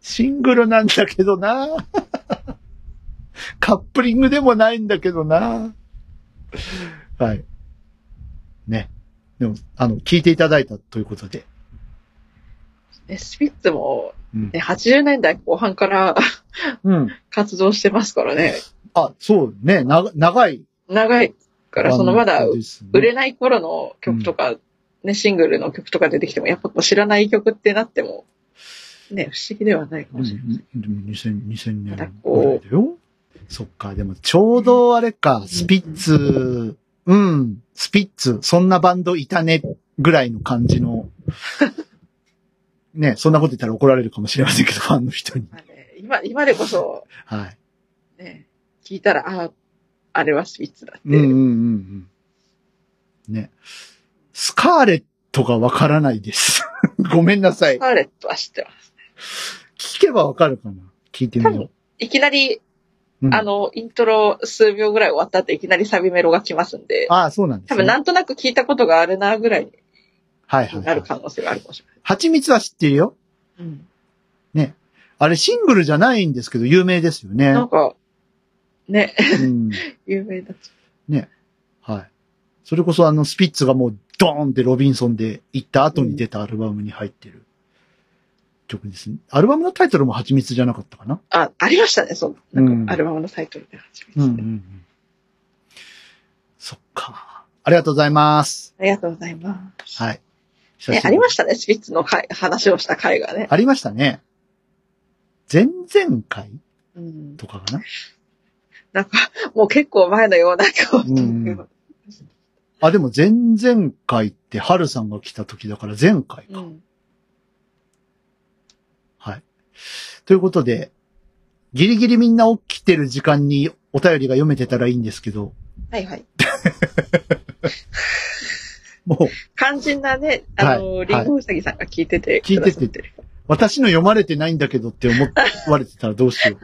B: シングルなんだけどな。 カップリングでもないんだけどな。はい。ね。でも、あの、聞いていただいたということで。
C: ねスピッツも、
B: うん
C: ね、。80年代後半から
B: うん、
C: 活動してますからね。
B: あ、そうね。な、長い
C: 長いか
B: バンドですね。
C: ら、そのまだ売れ
B: な
C: ない頃の曲とか、ね、シングルの曲とか出てきても、やっぱこう知らない曲ってなっても、ね、不思議ではないか
B: うん
C: もしれない。
B: でも2000、2000年ぐ
C: ま
B: ら
C: だ
B: い
C: こう
B: だよ。そっか、でもちょうどあれか、スピッツ、うん、スピッツ、そんなバンドいたね、ぐらいの感じ の。ね、そんなこと言ったら怒られるかもしれませんけど、ファンの人に。
C: まあね今、今でこそ、
B: はい。
C: ね、聞いたら、ああ、あれはスピッツだって。
B: うんうんうんうん。ね。スカーレットがわからないです。 ごめんなさい
C: ス。カーレットは知ってます。
B: 聞けばわかるかな聞いてみよう。
C: いきなり、
B: うん
C: あ、の、イントロ数秒ぐらい終わった後、いきなりサビメロが来ますんで、
B: ああ、そうなんです、
C: 多
B: ね。
C: 分なんとなく聞いたことがあるな、ぐらい
B: はいはい、
C: に
B: は
C: なる
B: い。
C: 可能性があるかもしれない。
B: 蜂蜜は知ってるよ。
C: うん
B: あれシングルじゃないんですけど、有名ですよね
C: な。んか、ね、
B: うん。
C: 有名だし。
B: はい。それこそあの、スピッツがもうドーンってロビンソンで行った後に出たアルバムに入ってる曲ですね。アルバムのタイトルも蜂蜜じゃなかったかな
C: あ、ありましたね、その、なん
B: うん
C: か、アルバムのタイトルで初めて、
B: ん。そっか。ありがとうございます。
C: ありがとうございます。
B: はい。久
C: ね、ありま
B: し
C: したね、スピッツの回話をした回がね。
B: た。ありましたね。前々回
C: うん、
B: とかかな
C: なんか、もう結構前のような顔
B: うんあ、でも前々回って春さんが来た時だから前回か。
C: うん
B: はい。ということで、ギリギリみんな起きてる時間にお便りが読めてたらいいんですけど、
C: はいはい。
B: もう
C: 肝心なね、あの、
B: はい
C: リンゴウサギさんが聞いてて、
B: 聞いてて
C: くださってる。
B: 私の読まれてないんだけどって思われてたらどう しよう。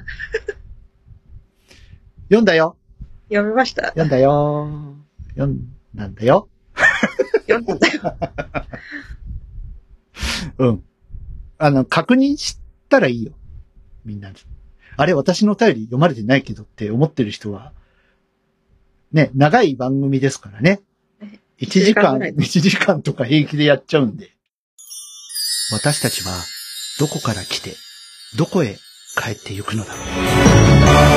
B: 読んだよ
C: 読みました。
B: 読んだよ読んだんだよ
C: 読んだんだよ。
B: うん。あの、確認したらいいよ。みんなで。あれ、私のお便り読まれてないけどって思ってる人は、ね、長い番組ですからね
C: ね。
B: 1時間、
C: 一時間ぐらい
B: 1時間とか平気でやっちゃうんで。私たちは、どこから来て、どこへ帰ってゆくのだろう。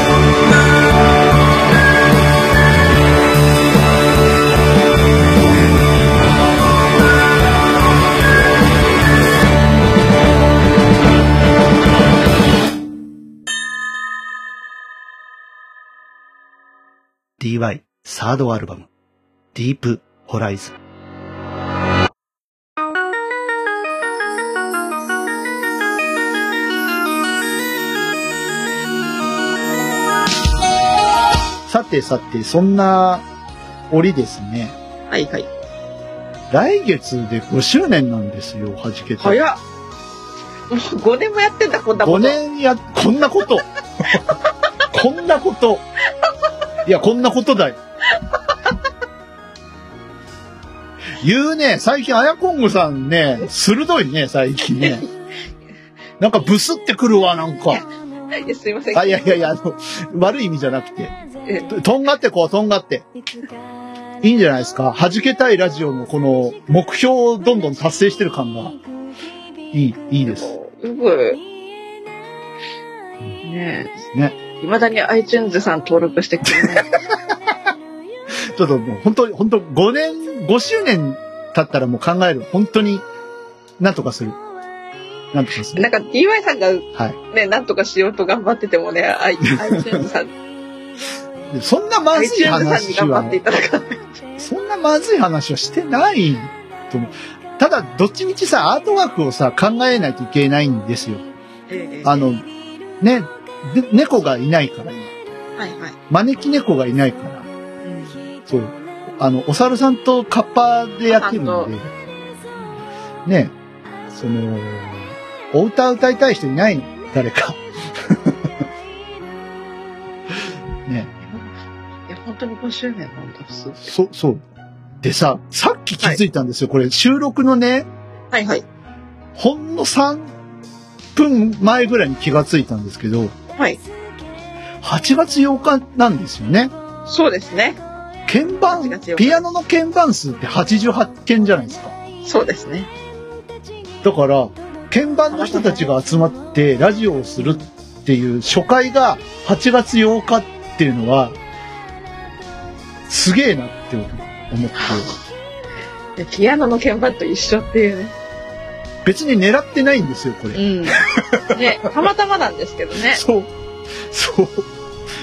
B: DY サードアルバム、ディープホライズン。さてさて、そんな折ですね。
C: はいはい。
B: 来月で5周年なんですよ、はじけた。
C: 早っ。もう5年もやってんだ、こんなこ
B: 5
C: と。
B: 年や、こんなこと。 こんなこと。いや、こんなことだよ。言うね、最近、あやこんぐさんね、鋭いね、最近ね。なんかブスってくるわ、なんか。
C: いやすいません。
B: あ、いやいやいや、あの、悪い意味じゃなくて。
C: え
B: ととんがってこう、とんがって。いいんじゃないですか。弾けたいラジオのこの目標をどんどん達成してる感が、いい、いいです。
C: うぐ。ね
B: ね。
C: え。未だに iTunes さん登録してくれない。
B: ちょっともう本当に、本当5年、5周年経ったらもう考える。本当に、なんとかする。なんとかする。
C: なんか DY さんが
B: はい。
C: ね、なんとかしようと頑張っててもね、I- iTunes さん、
B: でそんなまずい
C: iTunes さんに
B: 話
C: 頑
B: は
C: 張ってい
B: ね、
C: ただかない。
B: そんなまずい話はしてないと思う。ただ、どっちみちさ、アートワークをさ、考えないといけないんですよ。
C: ええ
B: あの、ね、で猫がいないから今。
C: はいはい。
B: 招き猫がいないから。
C: うん
B: そう。あの、お猿さんとカッパでやってるので、ね、その、お歌歌いたい人いないの誰か。ね、
C: いや、本当に5周年なんだ、すごい
B: そ、そう。でさ、さっき気づいたんですよ。これ収録のね、
C: はいはい。
B: ほんの3分前ぐらいに気がついたんですけど、
C: はい。
B: 8月8日なんですよね。
C: そうですね。
B: 鍵
C: 8月8
B: 盤、
C: 日
B: ピアノの鍵盤数って88件じゃないですか。
C: そうですね。
B: だから、鍵盤の人たちが集まってラジオをするっていう初回が8月8日っていうのは、すげえなって思って、
C: でピアノの鍵盤と一緒っていうね。
B: 別に狙ってないんですよ、これ。
C: ん。ね、たまたまなんですけどね。
B: そう。そう。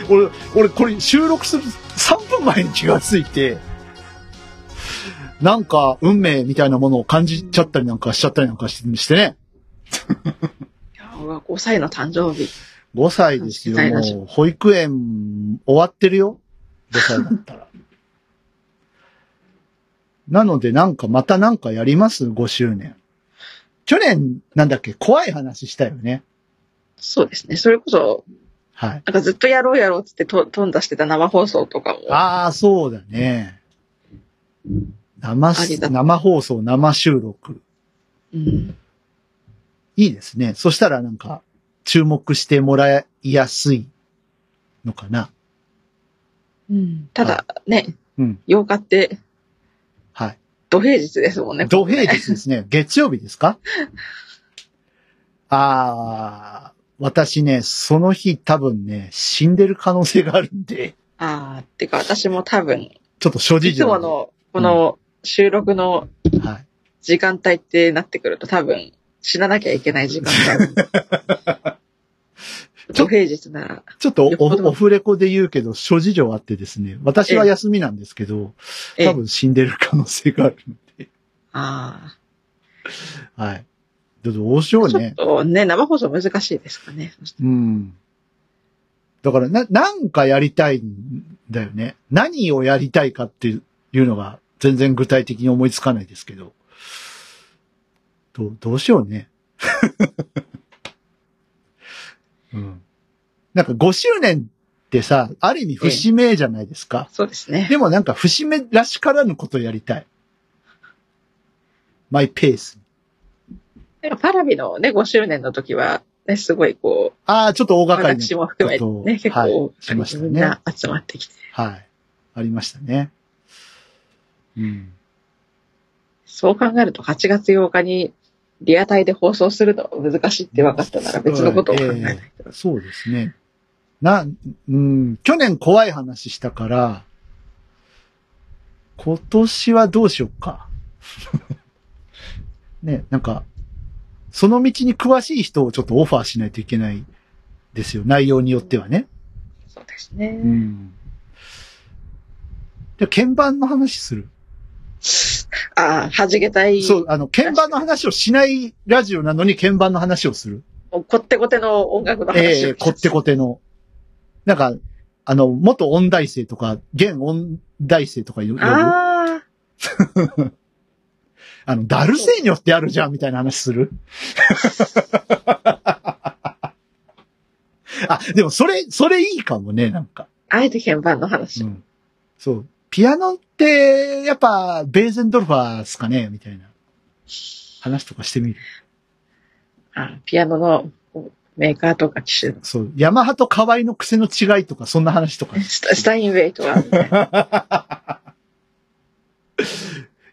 B: 俺、俺これ収録する3分前に気がついて、なんか運命みたいなものを感じちゃったりなんかしちゃったりなんかしてしてね。
C: いや5歳の誕生日。
B: 5歳ですよ。
C: 5歳だし
B: もう、保育園終わってるよ。5歳だったら。 なので、なんか、またなんかやります ?5 周年。去年、なんだっけ、怖い話したよね。
C: そうですね。それこそ、
B: はい。
C: なんかずっとやろうやろうっつってと、頓挫してた生放送とかも。
B: ああ、そうだね。生し
C: ありだ
B: 生放送、生収録。
C: うん。
B: いいですね。そしたらなんか、注目してもらいやすいのかな。
C: うん。ただ、ね、
B: うん。
C: 8日って、
B: はい。
C: 土平日ですもんね。
B: 土平日です ね。月曜日ですかああ、私ね、その日多分ね、死んでる可能性があるんで、
C: ああ、てか私も多分、
B: ちょっと諸事
C: いつ
B: 情で
C: もの、この収録の
B: はい。
C: 時間帯ってなってくると多分、死ななきゃいけない時 間帯。土平日なら、
B: ちょっと
C: よっ
B: オ
C: ぽど
B: オフレコで言うけど、諸事情あってですね、私は休みなんですけど、
C: ええ
B: 多分死んでる可能性がある。
C: あ
B: はい。どどうしよ
C: あ、
B: う
C: ちょっ
B: ね。
C: とね、生放送難しいですかね。
B: うん。だから、な、なんかやりたいんだよね。何をやりたいかっていうのが全然具体的に思いつかないですけど。どう、どうしようね。 うん。なんか5周年ってさ、ある意味節目じゃないですか。
C: そうですね。
B: でもなんか節目らしからぬことやりたい。マイペースに。
C: なんかパラビのね、5周年の時は、ね、すごいこう、
B: ああ、ちょっと大掛かりな
C: 私も含めてね、結
B: はい
C: 構、
B: しましたね
C: みんな集まってきて
B: はい。ありましたね。うん。
C: そう考えると8月8日にリアタイで放送するのは難しいって分かったなら別のことを考えないと。
B: そうですね。な、うん、去年怖い話したから、今年はどうしよっか。 ね、なんか、その道に詳しい人をちょっとオファーしないといけないですよ。内容によってはね。
C: そうですね。
B: うん。で、鍵盤の話する。
C: ああ、弾けたい。
B: そう、あの、鍵盤の話をしないラジオなのに鍵盤の話をする。
C: もうこってこての音楽の
B: え
C: 話
B: え
C: を。
B: こってこての。なんか、あの、元音大生とか、現音大生とかいろいろ
C: ああ。
B: あの、ダルセーニョってあるじゃん、みたいな話する あ、でもそれ、それいいかもね、なんか。
C: あえて鍵盤の話。
B: うん。そう。ピアノって、やっぱ、ベーゼンドルファーっすかねみたいな。話とかしてみる。
C: あピアノのメーカーとか機種の。
B: そう。ヤマハとカワイの癖の違いとか、そんな話とか。
C: スタスタインウェイとか、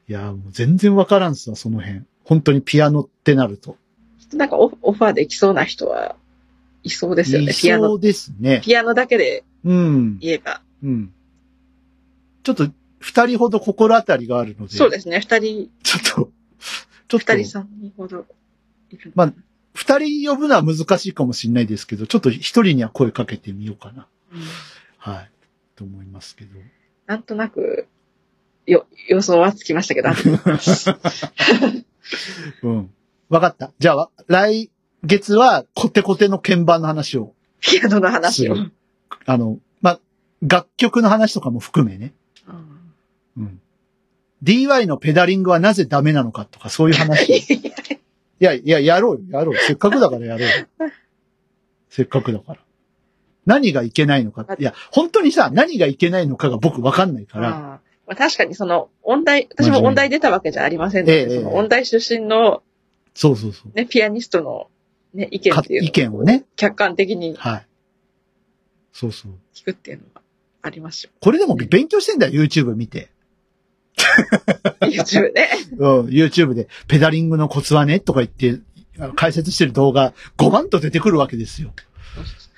B: いや、もう全然わからんっすわ、その辺。本当にピアノってなると。
C: なんかオフオファーできそうな人はいそうですよね。
B: い
C: ピア
B: そ
C: ノ、
B: うですね。
C: ピアノだけで
B: うん。
C: 言えば。
B: うん。ちょっと、二人ほど心当たりがあるので。
C: そうですね。二人、
B: ちょっと、ちょっと
C: 二、人三人ほどいる。
B: まあ二人呼ぶのは難しいかもしれないですけど、ちょっと一人には声かけてみようかな。
C: うん
B: はい。と思いますけど。
C: なんとなく、よ、予想はつきました けど、あと
B: うん。わかった。じゃあ、来月はコテコテの鍵盤の話を。
C: ピアノの話を。
B: すあの、まあ、楽曲の話とかも含めね。う
C: うん
B: ん。DY のペダリングはなぜダメなのかとか、そういう話。いや、いや、やろうよ、やろう。せっかくだからやろうよ。 せっかくだから。何がいけないのかって。いや、本当にさ、何がいけないのかが僕わかんないから。
C: ああまあ、確かにその、音大、私も音大出たわけじゃありませんの
B: え
C: で、
B: え
C: その音大出身の
B: そうそうそう。
C: ね、ピアニストのね、意見
B: か
C: っていうの
B: 意見をね。
C: 客観的に
B: はい。そうそう。
C: 聞くっていうのはありますよ。
B: これでも勉強してんだよ、YouTube 見て。
C: YouTube ね。
B: うん、YouTube で、ペダリングのコツはね、とか言って、あの解説してる動画、5万と出てくるわけですよ。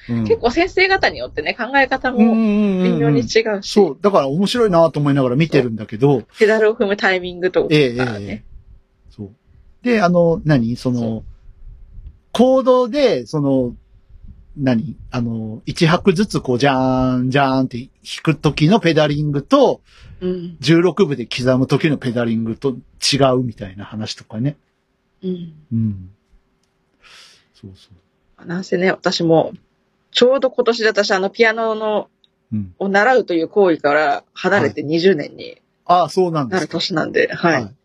B: うん、
C: 結構先生方によってね、考え方
B: うんう
C: も
B: ん
C: 微
B: うん
C: 妙
B: う
C: に
B: ん、
C: 違うし、
B: そう、だから面白いなと思いながら見てるんだけど、
C: ペダルを踏むタイミングとか
B: ええええええ
C: ね。
B: そう。で、あの、何そ
C: そ
B: の、行動で、その、何あの、一拍ずつこう、じゃーん、じゃーんって弾く時のペダリングと、
C: うん。
B: 16部で刻む時のペダリングと違うみたいな話とかね。
C: うん。
B: うん。そうそう。
C: なんせね、私も、ちょうど今年で私あのピアノの
B: うん、
C: を習うという行為から離れて20年に
B: ああ、そうなんで
C: な
B: す
C: る
B: か。
C: 年なんで、はい。
B: はい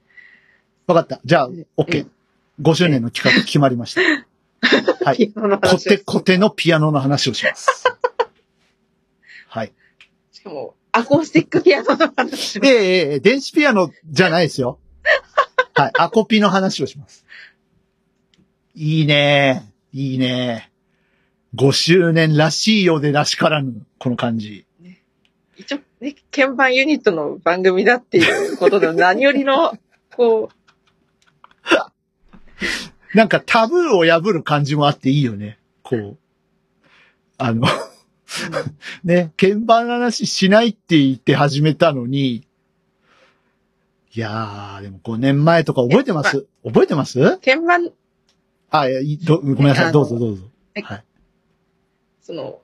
B: わかった。じゃあ、OK。5周年の企画決まりました。はい
C: ピアノの
B: コ
C: 話
B: テ
C: です。
B: コテのピアノの話をします。はい。
C: しかも、アコースティックピアノの話
B: ええええええ、電子ピアノじゃないですよ。はい。アコピの話をします。いいねいいね5周年らしいようでらしからぬ、この感じ。
C: 一応ね、鍵盤ユニットの番組だっていうことで、何よりの、こう、
B: なんかタブーを破る感じもあっていいよね。こう。あの、ね、鍵盤の話しないって言って始めたのに、いやー、でも5年前とか覚えてます覚えてます
C: 鍵盤、
B: あ、いやいいどごめんな
C: あ
B: さい、
C: の
B: どうぞどうぞ。
C: その、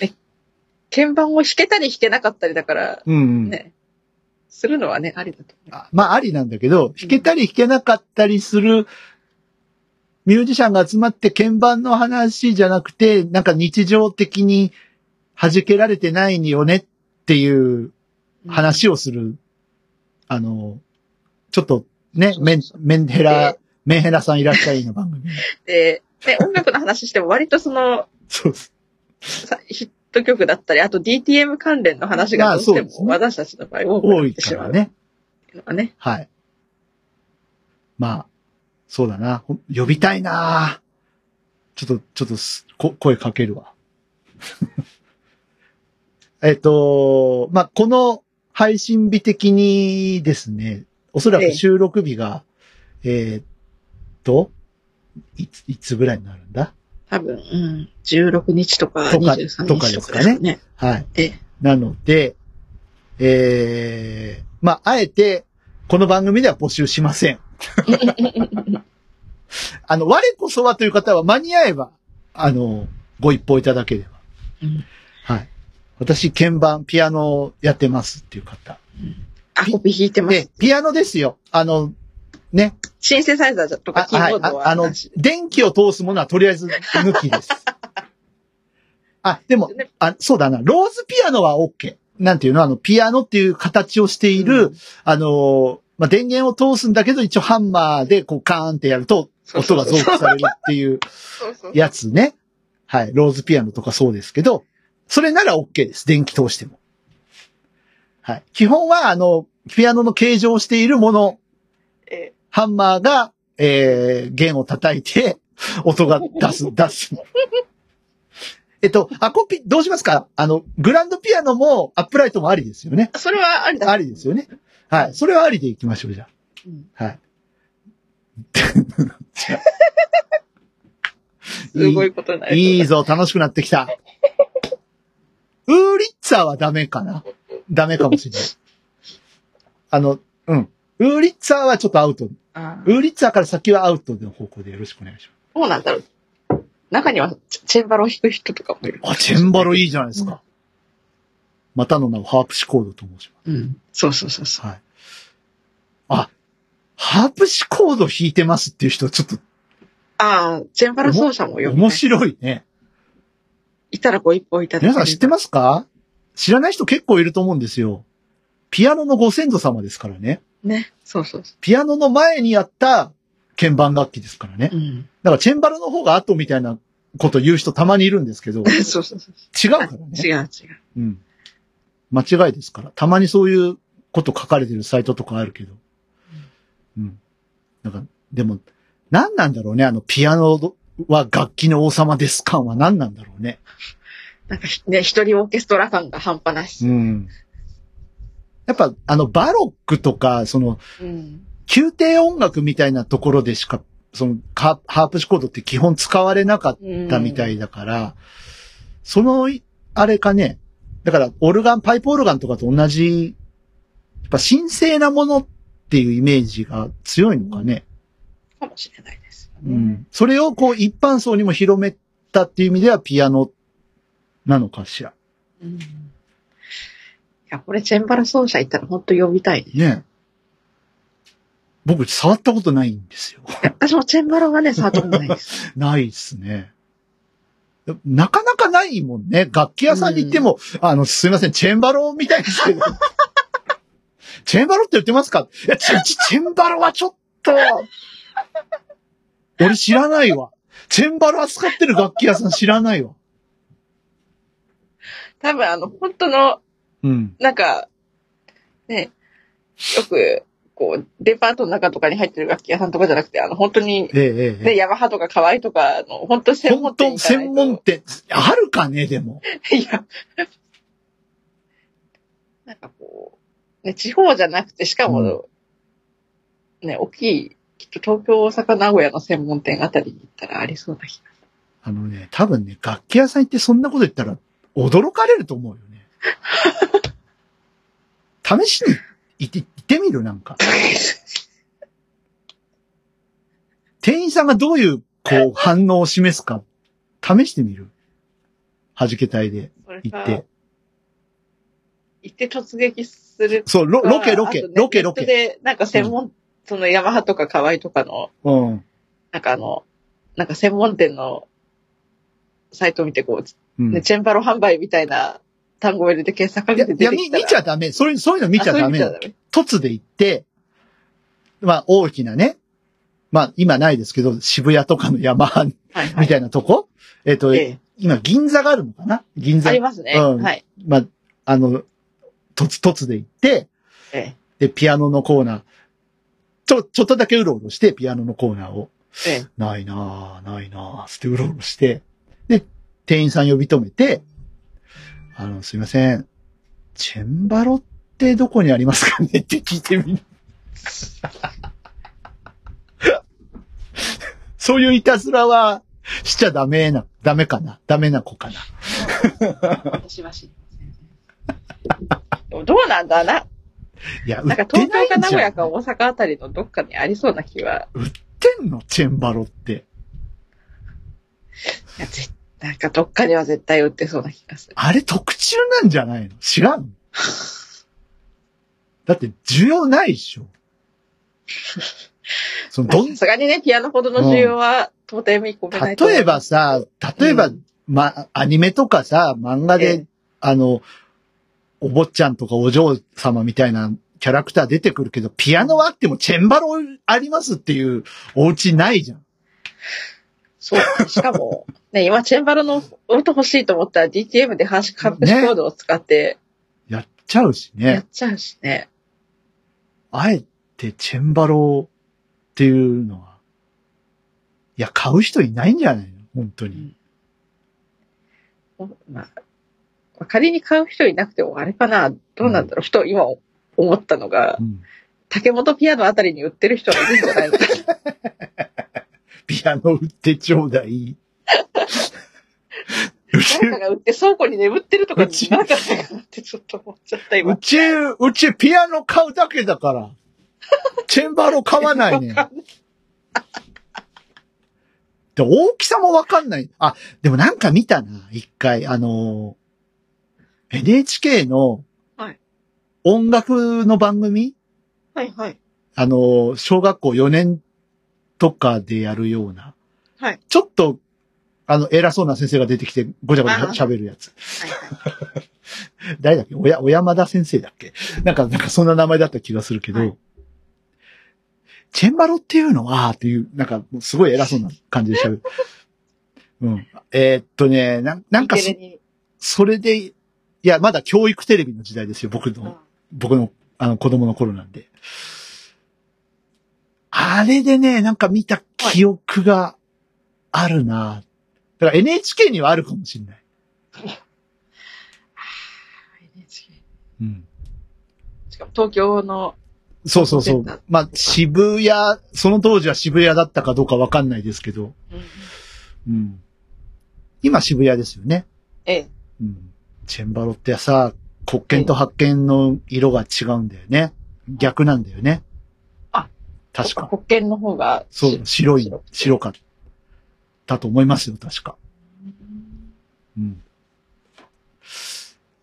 C: ね、鍵盤を弾けたり弾けなかったりだから、
B: うん、うん
C: ね、するのはね、ありだと思う。
B: あまあ、ありなんだけど、弾けたり弾けなかったりする、ミュージシャンが集まって鍵盤の話じゃなくて、なんか日常的に弾けられてないよねっていう話をする、あの、ちょっとね、
C: そう
B: メン
C: そ、
B: メンヘラ
C: で、
B: メンヘラさんいらっしゃいの番 組。
C: で、ね、音楽の話しても割とその、
B: そうです。
C: さヒット曲だったり、あと DTM 関連の話
B: まあ
C: がどうして
B: そう
C: も
B: ですね
C: 私たちの場合多く
B: 多
C: なっ
B: い
C: て
B: か
C: しま
B: ら
C: うって
B: ね。
C: いうのはね。
B: はい。まあ、そうだな。ほん呼びたいなちょっと、ちょっとすこ、声かけるわ。 えっと、まあ、この配信日的にですね、おそら
C: え
B: く
C: え
B: 収録日が、えーっと、いつ、いつぐらいになるんだ
C: 多分、うん、16日とか
B: とか
C: 23
B: とか
C: 日
B: で
C: と
B: す
C: か
B: か
C: で
B: ね
C: すかね。
B: はい。
C: ええ
B: なので、えー、まあ、あえて、この番組では募集しま せん。あの、我こそはという方は間に合えば、あの、ご一報いただければ。
C: うん
B: はい。私、鍵盤、ピアノやってますっていう方。
C: アコピ弾いてます
B: で。、ピアノですよ。あの、ね。
C: シンセサイザーとか
B: あ
C: キーボード
B: あ
C: は
B: あの
C: なし、
B: 電気を通すものはとりあえず抜き です。あ、でも、
C: ね
B: あ、そうだな。ローズピアノは OK。なんていうのあの、ピアノっていう形をしている、あの、まあ、電源を通すんだけど、一応ハンマーでこうカーンってやると、
C: そう
B: 音
C: そう
B: が
C: そう
B: 増幅されるっていう
C: そうそう。
B: やつね。はい。ローズピアノとかそうですけど、それなら OK です。電気通しても。はい。基本は、あの、ピアノの形状をしているもの、
C: え
B: ハンマーが、えー、弦を叩いて、 音が出す、出す。 えっと、アコピ、どうしますかあの、グランドピアノもアップライトもありですよね。
C: ーそれはありだ。
B: ありですよね。はい。それはありでいきましょう、じゃ
C: うん
B: あ。はい。
C: すごいことになる。
B: いいぞ、楽しくなってきた。ウーリッツァはダメかなダメかもしれない。あの、うん。ウーリッツァはちょっとアウト。
C: あー
B: ウーリッツァから先はアウトの方向でよろしくお願いし
C: どうなんだろう。中にはチチェンバロを弾く人とかもいる。
B: ます。あ、チェンバロいいじゃないですか。またの名をハープシコードと申しま
C: うん。そうそうそう
B: す。
C: そう。
B: はい。あ、ハープシコード弾いてますっていう人、ちょっと
C: ああ、チェンバロ奏者もよくね、
B: 面白いね。
C: いたらご一報いただけ
B: 皆
C: る
B: さん知ってますか知らない人結構いると思うんですよ。ピアノのご先祖様ですからね。
C: ね。そうそうそ
B: ピアノの前にやった鍵盤楽器ですからね
C: う。う。ん。
B: だからチェンバロの方が後みたいなこと言う人たまにいるんですけど、違
C: そうそうそう。
B: うからね。
C: 違う違う。
B: うん。間違いですから。たまにそういうこと書かれてるサイトとかあるけど。うん。だから、でも、何なんだろうね。あの、ピアノは楽器の王様です感は何なんだろうね。
C: なんかひね、一人オーケストラ感が半端ないし。
B: うん。やっぱ、あの、バロックとか、その、
C: うん。
B: 宮廷音楽みたいなところでしか、その、カハープシコードって基本使われなかっ
C: うん
B: たみたいだから、その、いあれかね、だから、オルガン、パイプオルガンとかと同じ、やっぱ神聖なものっていうイメージが強いのかね。
C: かもしれないですよ
B: う
C: ね、
B: ん。それをこう、一般層にも広めたっていう意味では、ピアノなのかしら。
C: うん。いや、これチェンバロ奏者行ったら本当呼びたいね。
B: ね僕、触ったことないんですよ。
C: 私もチェンバロがね、触ったことないです。
B: ないっすね。なかなかないもんね。楽器屋さんに行っても、あの、すいません、チェンバロみたいですけど。 チェンバロって言ってますかいや、チェ、チチェンバロはちょっと、俺知らないわ。チェンバロ扱ってる楽器屋さん知らないわ。
C: 多分あの、本当の、
B: うん。
C: なんか、ね、よく、こう、デパートの中とかに入ってる楽器屋さんとかじゃなくて、あの、本当に、
B: えええ
C: ね、
B: ええ
C: ヤマハとかカワイとかの、本当に
B: え。
C: 専門
B: 本当、
C: 店行かない
B: 専
C: と。
B: 門店、あるかね、でも。
C: いや、なんかこう、ね、地方じゃなくて、しかも、ね、大きい、きっと東京、大阪、名古屋の専門店あたりに行ったらありそうな気が。
B: あのね、多分ね、楽器屋さん行ってそんなこと言ったら驚かれると思うよ ね。試しに行って、行ってみるなんか。店員さんがどういう、こう、反応を示すか、試してみる。弾け隊で
C: それ
B: 行
C: か
B: って。
C: 行って突撃する
B: そう、ロ
C: か
B: ロケ、ロケ
C: あと、ね
B: ロケ、ロ
C: ネッ
B: ケ。
C: トで、なんか専門、そのヤマハとかカワイとかの、
B: うん。
C: なんかあの、なんか専門店のサイト見て、こ
B: う
C: う、
B: ん。
C: ね、チェンバロ販売みたいな単語を入れて検索か
B: い
C: け
B: や、
C: て
B: い
C: 出
B: や
C: て
B: 見
C: きたら。
B: 見ちゃダメ。そういう、そういうの見ちゃ
C: あそういう
B: ダ
C: の
B: メ
C: 見
B: なの。凸で行って、まあ、大きなね、まあ、今ないですけど、渋谷とかの山
C: はいはい。
B: みたいなとこ、えっ、と、
C: え
B: 今、銀座があるのかな銀
C: えあ
B: 座
C: り。ますね。
B: うん
C: はい。
B: まあ、あの、とつとつで行って、
C: ええ
B: で、ピアノのコーナー、ちょ、ちょっとだけうろうろして、ピアノのコーナーを、
C: ええ
B: ないなぁ、ないなぁ、つってうろうろして、で、店員さん呼び止めて、あの、すいません、チェンバロってどこにありますかねって聞いてみる。 そういういたずらはしちゃダメな、ダメかな、ダメな子かな。
C: 私は知りません。でもどうなんだな。
B: いや、売
C: なん
B: っ
C: か
B: て
C: 東
B: ない
C: 京
B: んじゃ
C: か
B: ん。
C: 名古屋か大阪あたりのどっかにありそうな気は。
B: 売ってんのチェンバロって。
C: いやぜなんかどっかには絶対売ってそうな気がする。
B: あれ特注なんじゃないの知 らんだって需要ないでしょ。そのどん
C: さすがにね、ピアノほどの需要は到底見込めないと思う
B: 例えば、さ、例えば、
C: うん
B: ま、アニメとかさ、漫画で、
C: ええ
B: あの、お坊ちゃんとかお嬢様みたいなキャラクター出てくるけど、ピアノはあってもチェンバロありますっていうお家ないじゃん。
C: そう。しかも、ね、今、チェンバロの音欲しいと思ったら DTM で半紙隠しコードを使って
B: やっちゃうし
C: や
B: ね
C: っ。ちゃうしね。
B: あえてチェンバロっていうのは、いや、買う人いないんじゃないの本当に。
C: まあ、仮に買う人いなくても、あれかな、どうなんだろう、ふと今思ったのが
B: う、ん。
C: 竹本ピアノあたりに売ってる人はいるんじゃない のか。
B: ピアノ売ってちょうだい。うち、
C: 誰かが売って倉庫に眠ってるとかになかったかなってちょっと思っちゃった、今。
B: うち、うちピアノ買うだけだから。チェンバロ買わないね。で、大きさもわかんない。あ、でもなんか見たな、一回。あのー、NHK の
C: はい、
B: 音楽の番組、
C: はいはい。
B: あのー、小学校4年とかでやるような。
C: はい
B: ちょっと、あの、偉そうな先生が出てきて、ごちゃごちゃ喋るやつ。
C: はいはい
B: 誰だっけおや、小山田先生だっけなんか、なんかそんな名前だった気がするけど、
C: はい
B: チェンバロっていうのは、っていう、なんか、すごい偉そうな感じで 喋る。うん。えーっとね、なんなんか
C: E テ
B: そ
C: レ、に
B: それで、いや、まだ教育テレビの時代ですよ、僕の、僕の、あの、子供の頃なんで。あれでね、なんか見た記憶があるなだから NHK にはあるかもしれない。
C: NHK
B: うん。
C: しかも東京の、
B: そうそうそ
C: 出た
B: う。まあ、渋谷、その当時は渋谷だったかどうかわかんないですけど、
C: うん
B: うん。今渋谷ですよね。
C: ええ、
B: うん。チェンバロってさ、国権と発見の色が違うんだよね。逆なんだよね。
C: あ、
B: 確か。
C: 国権の方が、
B: そう、白い
C: 白く、て
B: 白かったと思いますよ、確か。うん。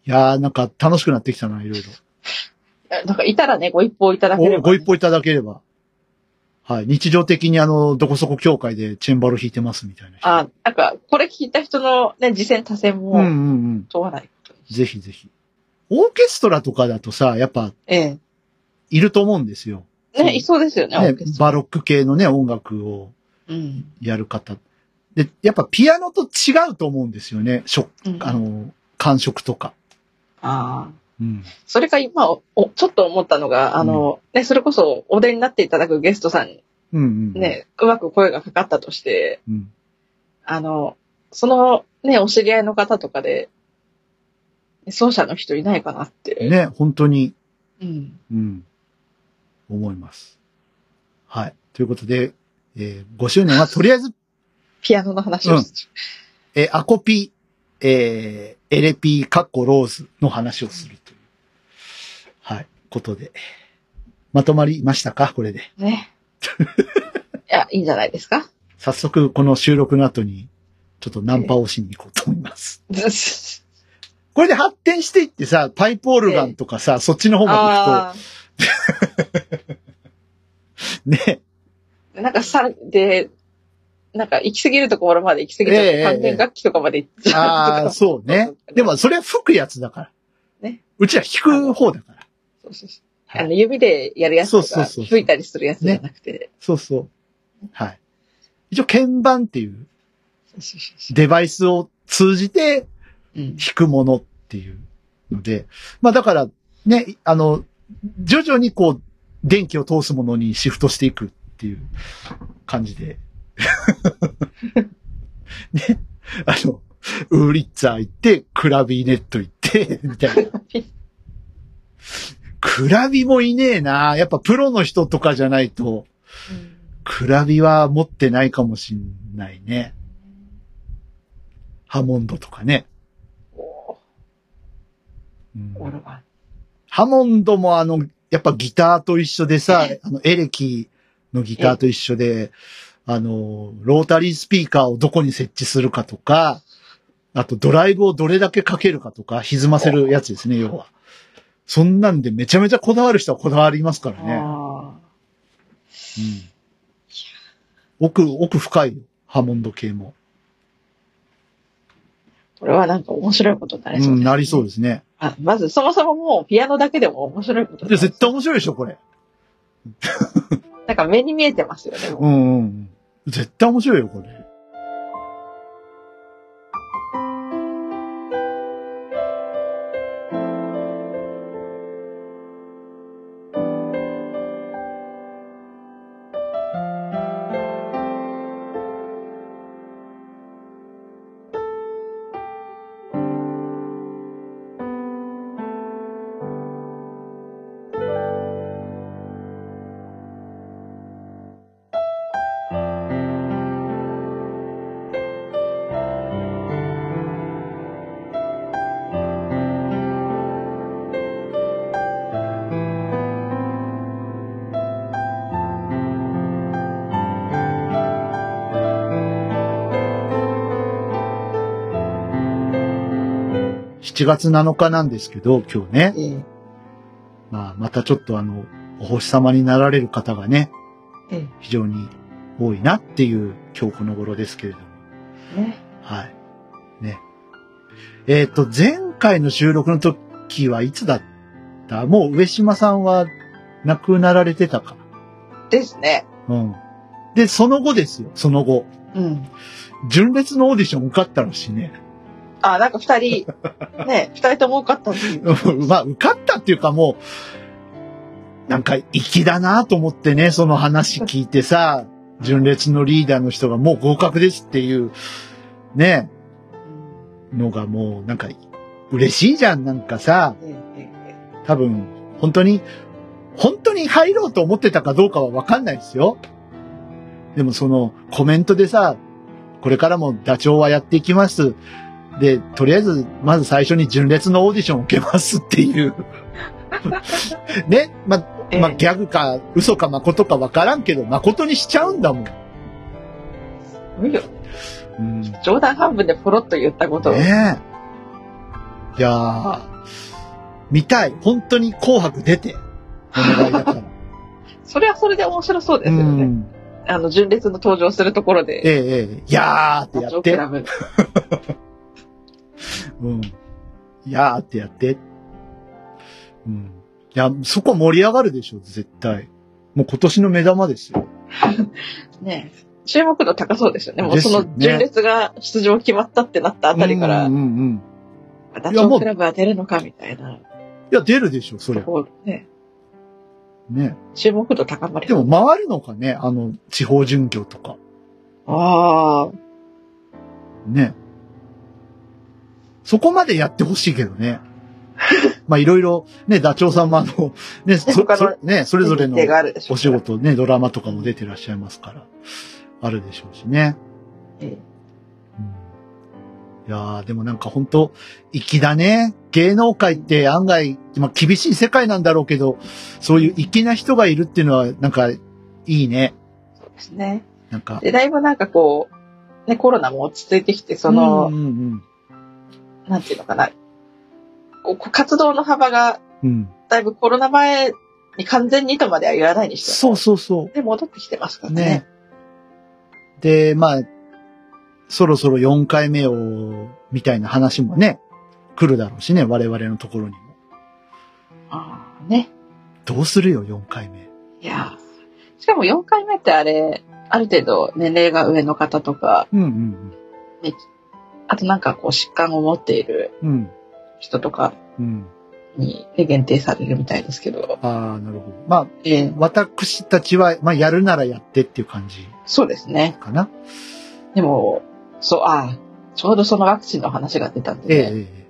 B: いやー、なんか楽しくなってきたな、いろいろ。
C: いやなんかいたらね、ご一報いただければ、
B: おご一報いただければ。はい。日常的にあの、どこそこ協会でチェンバロ弾いてますみたいな人。
C: あ、なんか、これ聞いた人のね、次戦多戦
B: うんうん
C: も
B: うん。
C: 問わないことに
B: ぜひぜひ。オーケストラとかだとさ、やっぱ、
C: え
B: いると思うんですよ。
C: え。
B: そう
C: ね、いそうですよね、オ
B: ね
C: ーケス、トラ
B: バロック系のね、音楽を
C: うん。
B: やる方。で、やっぱピアノと違うと思うんですよね。食、
C: うん
B: あの、感触とか。
C: ああ。
B: うん。
C: それか今お、おちょっと思ったのが、あの、ね、それこそお出になっていただくゲストさんに
B: うんうん。。
C: ね、うまく声がかかったとして、
B: うん。
C: あの、そのね、お知り合いの方とかで、奏者の人いないかなって。
B: ね、本当に。
C: うん。
B: うん。思います。はい。ということで、えー5周年はとりあえず、
C: ピアノの話をす
B: えーアコピ、えーエレピー、カッコローズの話をするという。はい。ことで。まとまりましたかこれで。
C: る。 ね。いや、いいんじゃないですか。
B: 早速、この収録の後に、ちょっとナンパをしに行こうと思います。これで発展していってさ、パイプオルガンとかさ、そっちの方ま
C: あ
B: で行くと、ね、
C: あ、なんかさ、で、なんか行き過ぎるところまで行き過ぎちゃっ
B: えええ
C: て、
B: え
C: 関連楽器とかまで行っちゃ
B: あ
C: う
B: あ、
C: とか。
B: そうね。 でも、それは吹くやつだから。
C: ね。
B: うちは弾く方だから。
C: そうそうそう
B: はい
C: あの指でやるやつと
B: そう
C: か、
B: そうそう
C: 吹いたりするやつじゃなくて、
B: そうそう。はい。一応、鍵盤っていう
C: そうそうそう
B: デバイスを通じて
C: うん
B: 弾くものっていうので、まあだから、ね、あの、徐々にこう、電気を通すものにシフトしていくっていう感じで。 ね、あの、ウーリッツァー行って、クラビネット行って、 みたいな。クラビもいねえなやっぱプロの人とかじゃないと、
C: うん
B: クラビは持ってないかもしんないね。ハモンドとかね。
C: おー
B: うん
C: オルガン
B: ハモンドもあの、やっぱギターと一緒でさ、あの、エレキのギターと一緒で、あの、ロータリースピーカーをどこに設置するかとか、あとドライブをどれだけかけるかとか、歪ませるやつですね、要は。そんなんでめちゃめちゃこだわる人はこだわりますからね。
C: あ
B: うん、奥、奥深いよ、ハモンド系も。
C: ーこれはなんか面白いことになりそううですね
B: ん、なりそうですね。
C: あまず、そもそももうピアノだけでも面白いこと
B: いや、絶対面白いでしょ、これ。
C: なんか目に見えてますよね。もう
B: うんうんうん。絶対面白いよ、これ。7月7日なんですけど、今日ね。
C: え
B: まあ、またちょっとあの、お星様になられる方がね、
C: ええ
B: 非常に多いなっていう今日この頃ですけれども。
C: えね。
B: はい。ね。えっ、と、前回の収録の時はいつだったもう上島さんは亡くなられてたか。
C: ですね。
B: うん。で、その後ですよ、その後。
C: うん。
B: 純烈のオーディション受かったらしいね。
C: あ、なんか二人、ね、二人とも多かっ たっていう。
B: まあ、受かったっていうかもう、なんか、粋だなと思ってね、その話聞いてさ、純烈のリーダーの人がもう合格ですっていう、ね、のがもう、なんか、嬉しいじゃん、なんかさ、
C: ええええ
B: 多分、本当に、本当に入ろうと思ってたかどうかはわかんないですよ。でもその、コメントでさ、これからもダチョウはやっていきます。で、とりあえず、まず最初に純烈のオーディションを受けますっていう。ね、ま、
C: ええ
B: まあ、ギャグか、嘘か誠かわからんけど、誠にしちゃうんだもん。
C: 見る
B: うん、
C: 冗談半分でポロッと言ったことを。
B: ねえ。いやー、見たい。本当に紅白出 て。お願いだから。
C: それはそれで面白そうですよ
B: う
C: ね。
B: ん
C: あの、純烈の登場するところで。
B: ええ、ええ、いやーってやっ
C: ジョー
B: て。
C: クラブ
B: うん。いやーってやって。うん。いや、そこ盛り上がるでしょ、絶対。もう今年の目玉ですよ。
C: ね注目度高そうですよね。もう
B: です
C: そ
B: よね
C: の純烈が出場決まったってなったあたりから、
B: うんうんうん。
C: ダチョウ倶楽部は出るのかみたいない
B: や、出るでしょ、そ
C: と
B: れ。
C: ころでね、
B: ね。
C: 注目度高まり
B: でも回るのかね、あの、地方巡業とか。
C: ああ、
B: ね。そこまでやってほしいけど ね。まあ、いろいろ、ね、ダチョウさんもあの、ね、そ、
C: 他の
B: そね、それぞれの
C: 日程があるでしょ
B: お仕。事ね、ドラマとかも出てらっしゃいますから、あるでしょうしね。
C: え
B: うんいやー、でもなんか本当粋だね。芸能界って案外、まあ、厳しい世界なんだろうけど、そういう粋な人がいるっていうのは、なんか、いいね。
C: そうですね。
B: なんか。
C: で、だいぶなんかこう、ね、コロナも落ち着いてきて、その、
B: うんうん
C: なんていうのかな。こう活動の幅が、
B: うん。うん。
C: だいぶコロナ前に完全にとまでは言わないにしても
B: そうそうそ
C: で、戻ってきてますか
B: う。
C: らね
B: ね。。で、まあ、そろそろ4回目を、みたいな話もね、来るだろうしね、我々のところにも。
C: ああ、ね。
B: どうするよ、4回目。
C: いやーしかも4回目ってあれ、ある程度年齢が上の方とか、
B: うんうん
C: あとなんかこう疾患を持っている
B: うん。うん。
C: 人とか
B: うん。
C: にで限定されるみたいですけど、
B: ああ、なるほど。まあ、
C: えー
B: 私たちは、まあ、やるならやってっていう感じ
C: そうですね。
B: かな。
C: でも、そう、ああ、ちょうどそのワクチンの話が出たんで、
B: ええ
C: ね、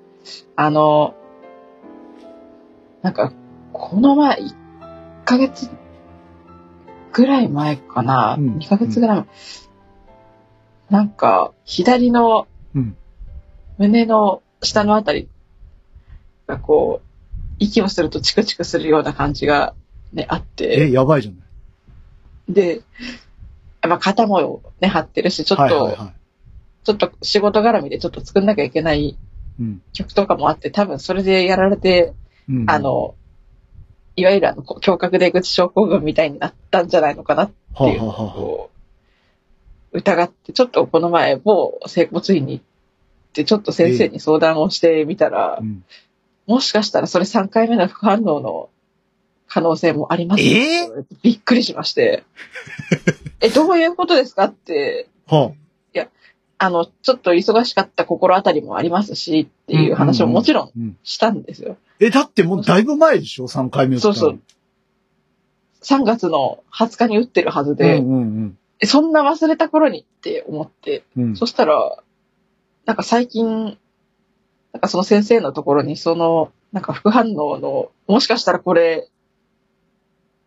C: あの、なんか、この前、1ヶ月ぐらい前かな、
B: うん
C: 2ヶ月ぐらい前、なんか、左の
B: うん
C: 胸の下のあたりがこう、息をするとチクチクするような感じが、ね、あっ
B: えええ
C: て、
B: やばいじゃない。
C: で、まあ、肩もね、張ってるし、ちょっと、
B: はいはいは
C: ちょっと仕事絡みでちょっと作んなきゃいけない
B: い。うん。
C: 曲とかもあって、多分それでやられて、
B: うん、
C: あ、の、いわゆるあの、こう胸郭出口症候群みたいになったんじゃないのかなって
B: はあ、
C: いう
B: は
C: の
B: あはあはあ、
C: を疑って、ちょっとこの前、某整骨院に行って、ちょっと先生に相談をしてみたら
B: う、ん。
C: もしかしたらそれ3回目の副反応の可能性もありますよ
B: ええ
C: びっくりしまして。 え、どういうことですかって、
B: ほ
C: あの、ちょっと忙しかった心当たりもありますし、っていう話をもちろん
B: う。うん。
C: したんですよ。
B: え、だってもうだいぶ前でしょ ?3 回目打ったの
C: そうそう。3月の20日に打ってるはずで、
B: うんうん
C: えそんな忘れた頃にって思って、
B: うん。うん
C: そしたら、なんか最近、なんかその先生のところに、その、なんか副反応の、もしかしたらこれ、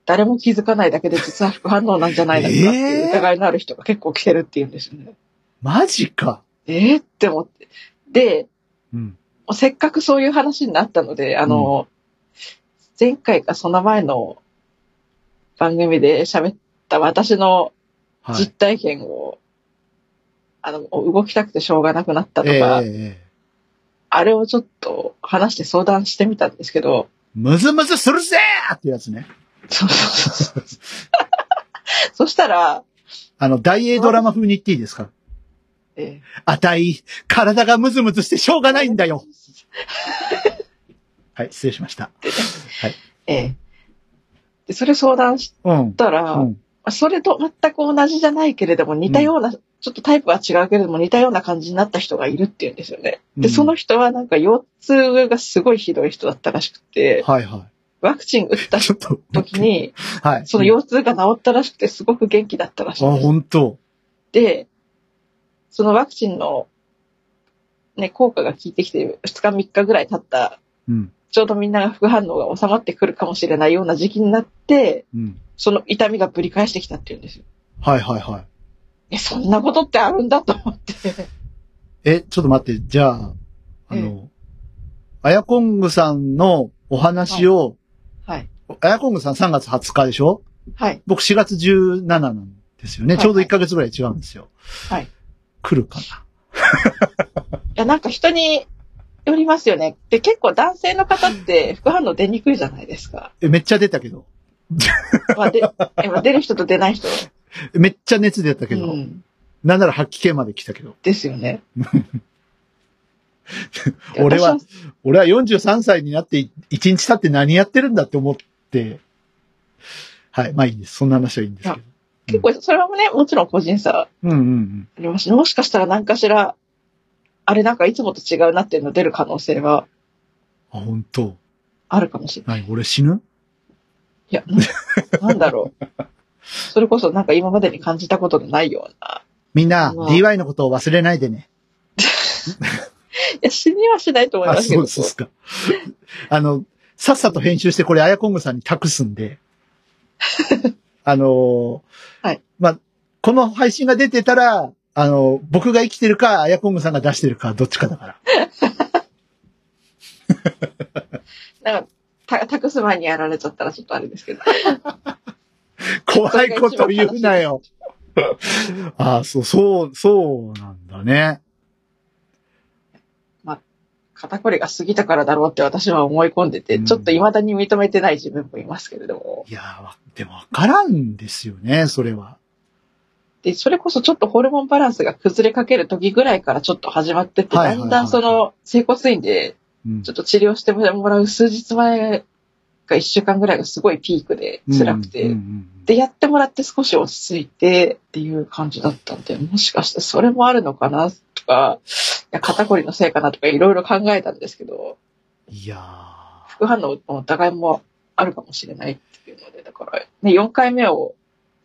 C: 誰も気づかないだけで実は副反応なんじゃないのかってい
B: えー
C: う疑いのある人が結構来てるって言うんですよね。
B: マジか。
C: えー、って思って。で、
B: うん。
C: もうせっかくそういう話になったので、あの、前回かその前の番組で喋った私の
B: はい。
C: 実体験を、あの、動きたくてしょうがなくなったと
B: ええ
C: か、
B: ええ
C: あれをちょっと話して相談してみたんですけど、
B: むずむずするぜーってやつね。
C: そうそう そうそう。そしたら、
B: あの、大英ドラマ風に言っていいですか
C: え
B: あたい、体がムズムズしてしょうがないんだ よ。はい、失礼しました。
C: ええでそれ相談し
B: うん。
C: たら、
B: うん。
C: それと全く同じじゃないけれども、似たような、ちょっとタイプは違うけれども、似たような感じになった人がいるっていうんですよね。で、
B: うん
C: その人はなんか腰痛がすごいひどい人だったらしくて、
B: はいは
C: ワクチン打った
B: い。ちょっと。
C: 時に、
B: はい。
C: その腰痛が治ったらしくて、すごく元気だったらしいん
B: あ、
C: です
B: 本当
C: で、そのワクチンの、ね、効果が効いてきて、2日3日ぐらい経った、
B: うん。
C: ちょうどみんなが副反応が収まってくるかもしれないような時期になって、
B: うん。
C: その痛みがぶり返してきたっていうんですよ。
B: はいはいはい。
C: え、そんなことってあるんだと 思って。
B: え、ちょっと待って、じゃあ、あ
C: え
B: の、あやこんぐさんのお話を、
C: はい。
B: あやこんぐさん3月20日でしょ
C: はい。
B: 僕4月17なんですよね。
C: はい
B: ちょうど1ヶ月ぐらい違うんですよ。
C: はい。
B: 来るか
C: いや、なんか人によりますよね。で、結構男性の方って副反応出にくいじゃないですか。
B: なえ、めっちゃ出たけど。
C: まあ、で、えまあ出る人と出ない人。
B: えめっちゃ熱出た
C: う
B: けど。
C: ん。
B: なんなら吐き気まで来たけど。
C: ですよね。で
B: 俺は
C: 私
B: 俺は43歳になって1日経って何やってるんだって思って、はい、まあいいです。そんな話はいいんですけど。
C: 結構、それはね、もちろん個人差
B: うんうんうん。
C: ありますし、もしかしたら何かしら、あれなんかいつもと違うなっていうの出る可能性は
B: あ、本当。
C: あるかもしれない。
B: 何俺死ぬ
C: いや、ななんだろう。 それこそなんか今までに感じたことのないような。
B: みんな、
C: まあ
B: DY のことを忘れないでね。
C: いや、死にはしないと思いま
B: あ、
C: すけ
B: そ
C: ど。
B: うですか。あの、さっさと編集してこれ、あやこんぐさんに託すん で。あのー
C: はい
B: まあ、この配信が出てたら、あの僕が生きてるか、あやこんぐさんが出してるか、どっちかだ から。
C: なんか、た、託す前にやられちゃったらちょっとあれですけど。
B: 怖いこと言うな よ。ああ、そう、そう、そうなんだね。
C: 肩こりが過ぎたからだろうって私は思い込んでて、
B: うん
C: ちょっと未だに認めてない自分もいますけれども。
B: いやーわでもわからんですよね、それは。
C: で、それこそちょっとホルモンバランスが崩れかける時ぐらいからちょっと始まってて、
B: はいはい
C: だ
B: はい
C: んだんその、整骨院で
B: うん
C: ちょっと治療してもらう数日前が1週間ぐらいがすごいピークで辛くて、
B: うんうんうん
C: で、やってもらって少し落ち着いてっていう感じだったんで、もしかしてそれもあるのかなとか、いや肩こりのせいかなとかいろいろ考えたんですけど、
B: いやー
C: 副反応のお互いもあるかもしれないっていうので、だから、ね、4回目を、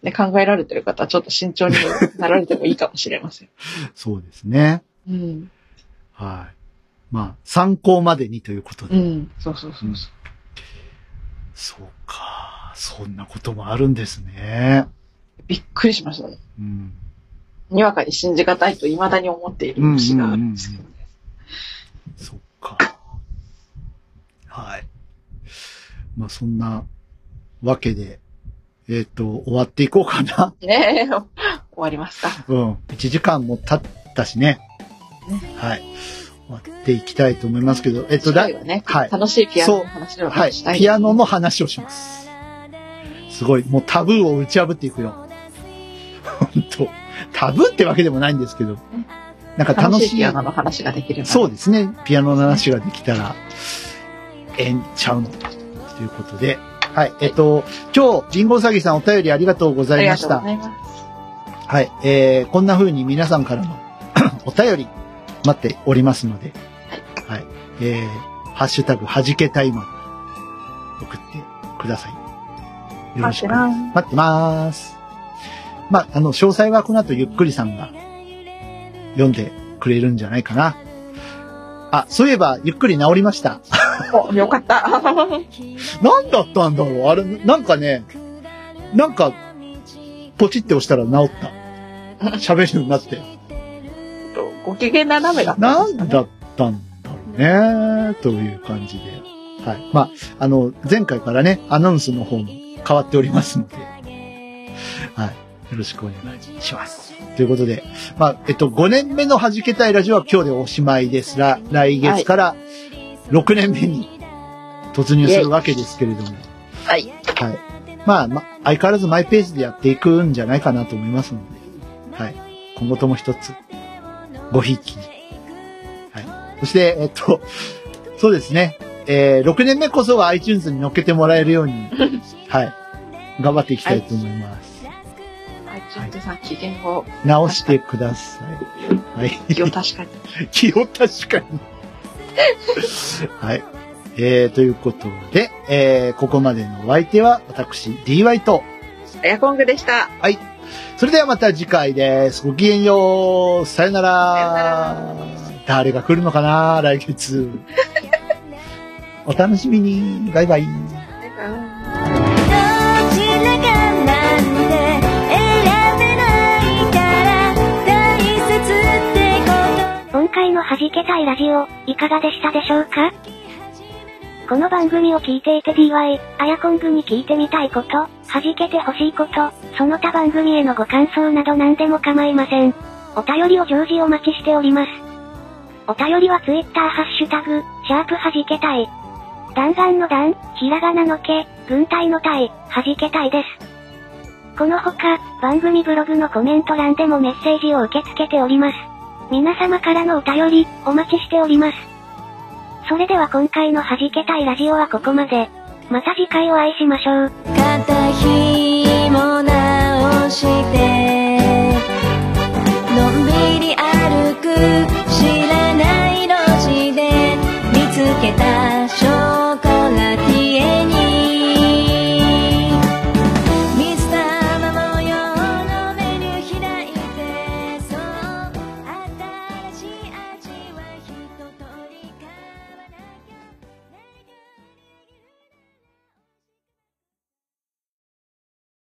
C: ね、考えられてる方はちょっと慎重になられてもいいかもしれません。
B: そうですね。
C: うん。
B: はい。まあ、参考までにということで。
C: うん。そうそうそうそう。
B: そうか。そんなこともあるんですね。
C: びっくりしましたね。
B: うん。
C: にわかに信じがたいと未だに思っている節があるんですけどね。
B: そっか。はい。まあ、そんなわけで、えっ、と、終わっていこうかな。
C: ねえ、終わりますか。
B: うん。1時間も経ったしね。はい。終わっていきたいと思いますけど、えっと、だ
C: 次回、はね、
B: はい
C: 楽しいピアノの話を
B: はい
C: したい、。
B: ピアノの話をします。すごい、もうタブーを打ち破っていくよ。本当タブーってわけでもないんですけど、なんか楽
C: 楽
B: しい。
C: しいピアノの話ができれば。
B: そうですね。ピアノの話ができたらええんちゃうのということで、はい、えっと、今日、人ンゴウサギさんお便りありがとうご
C: あ
B: ざい
C: り
B: ま
C: がと
B: し
C: うご
B: た。
C: ざいます。
B: はい、えー、こんな風に皆さんからの お便り待っておりますので、はい、えー、ハッシュタグ、はじけたいまで送ってください。よろしく。
C: 待ってな
B: 待ってます。まあ、あの、詳細はこの後ゆっくりさんが読んでくれるんじゃないかな。あ、そういえば、ゆっくり治りました。
C: お、よかった。
B: なんだったんだろうあれ、なんかね、なんか、ポチって押したら治った。喋るようになって。
C: ご機嫌斜めだった
B: なん
C: ですか
B: ん
C: ね
B: だったんだろうね、という感じで。はい。まあ、あの、前回からね、アナウンスの方も変わっておりますので、はい。よろしくお願いします。ということで、まあ、えっと、5年目の弾けたいラジオは今日でおしまいですが、来月から6年目に突入するわけですけれども、
C: はい。
B: はい。まあ、ま、相変わらずマイペースでやっていくんじゃないかなと思いますので、はい。今後とも一つ、ごひいきに。はい。そして、えっと、 そうですね。えー、6年目こそは iTunes に乗っけてもらえるよう に、はい。頑張っていきたいと思います。
C: はい、ちょっとさ、機嫌を、
B: 直してください。はい。
C: 気を確か に。
B: 気を確かに。はい。えー、ということで、えー、ここまでのお相手は、私、DY と、
C: エアコングでした。
B: それではまた次回です。ごきげんよう。さよなら。誰が来るのかな来月。お楽しみに。バイバイ。
C: バイバイ
D: どちらかなんて選べないから大切ってこと
A: 今回の弾けたいラジオ、いかがでしたでしょうかこの番組を聞いていて DY、アヤコングに聞いてみたいこと、弾けてほしいこと、その他番組へのご感想など何でも構いません。お便りを常時お待ちしております。お便りは Twitter ハッシュタグ、シャープ弾けたい。弾丸の弾、ひらがなのけ、軍隊の隊、弾けたいです。この他、番組ブログのコメント欄でもメッセージを受け付けております。皆様からのお便り、お待ちしております。それでは今回の弾けたいラジオはここまで。また次回お会いしましょう。
D: 肩ひも直して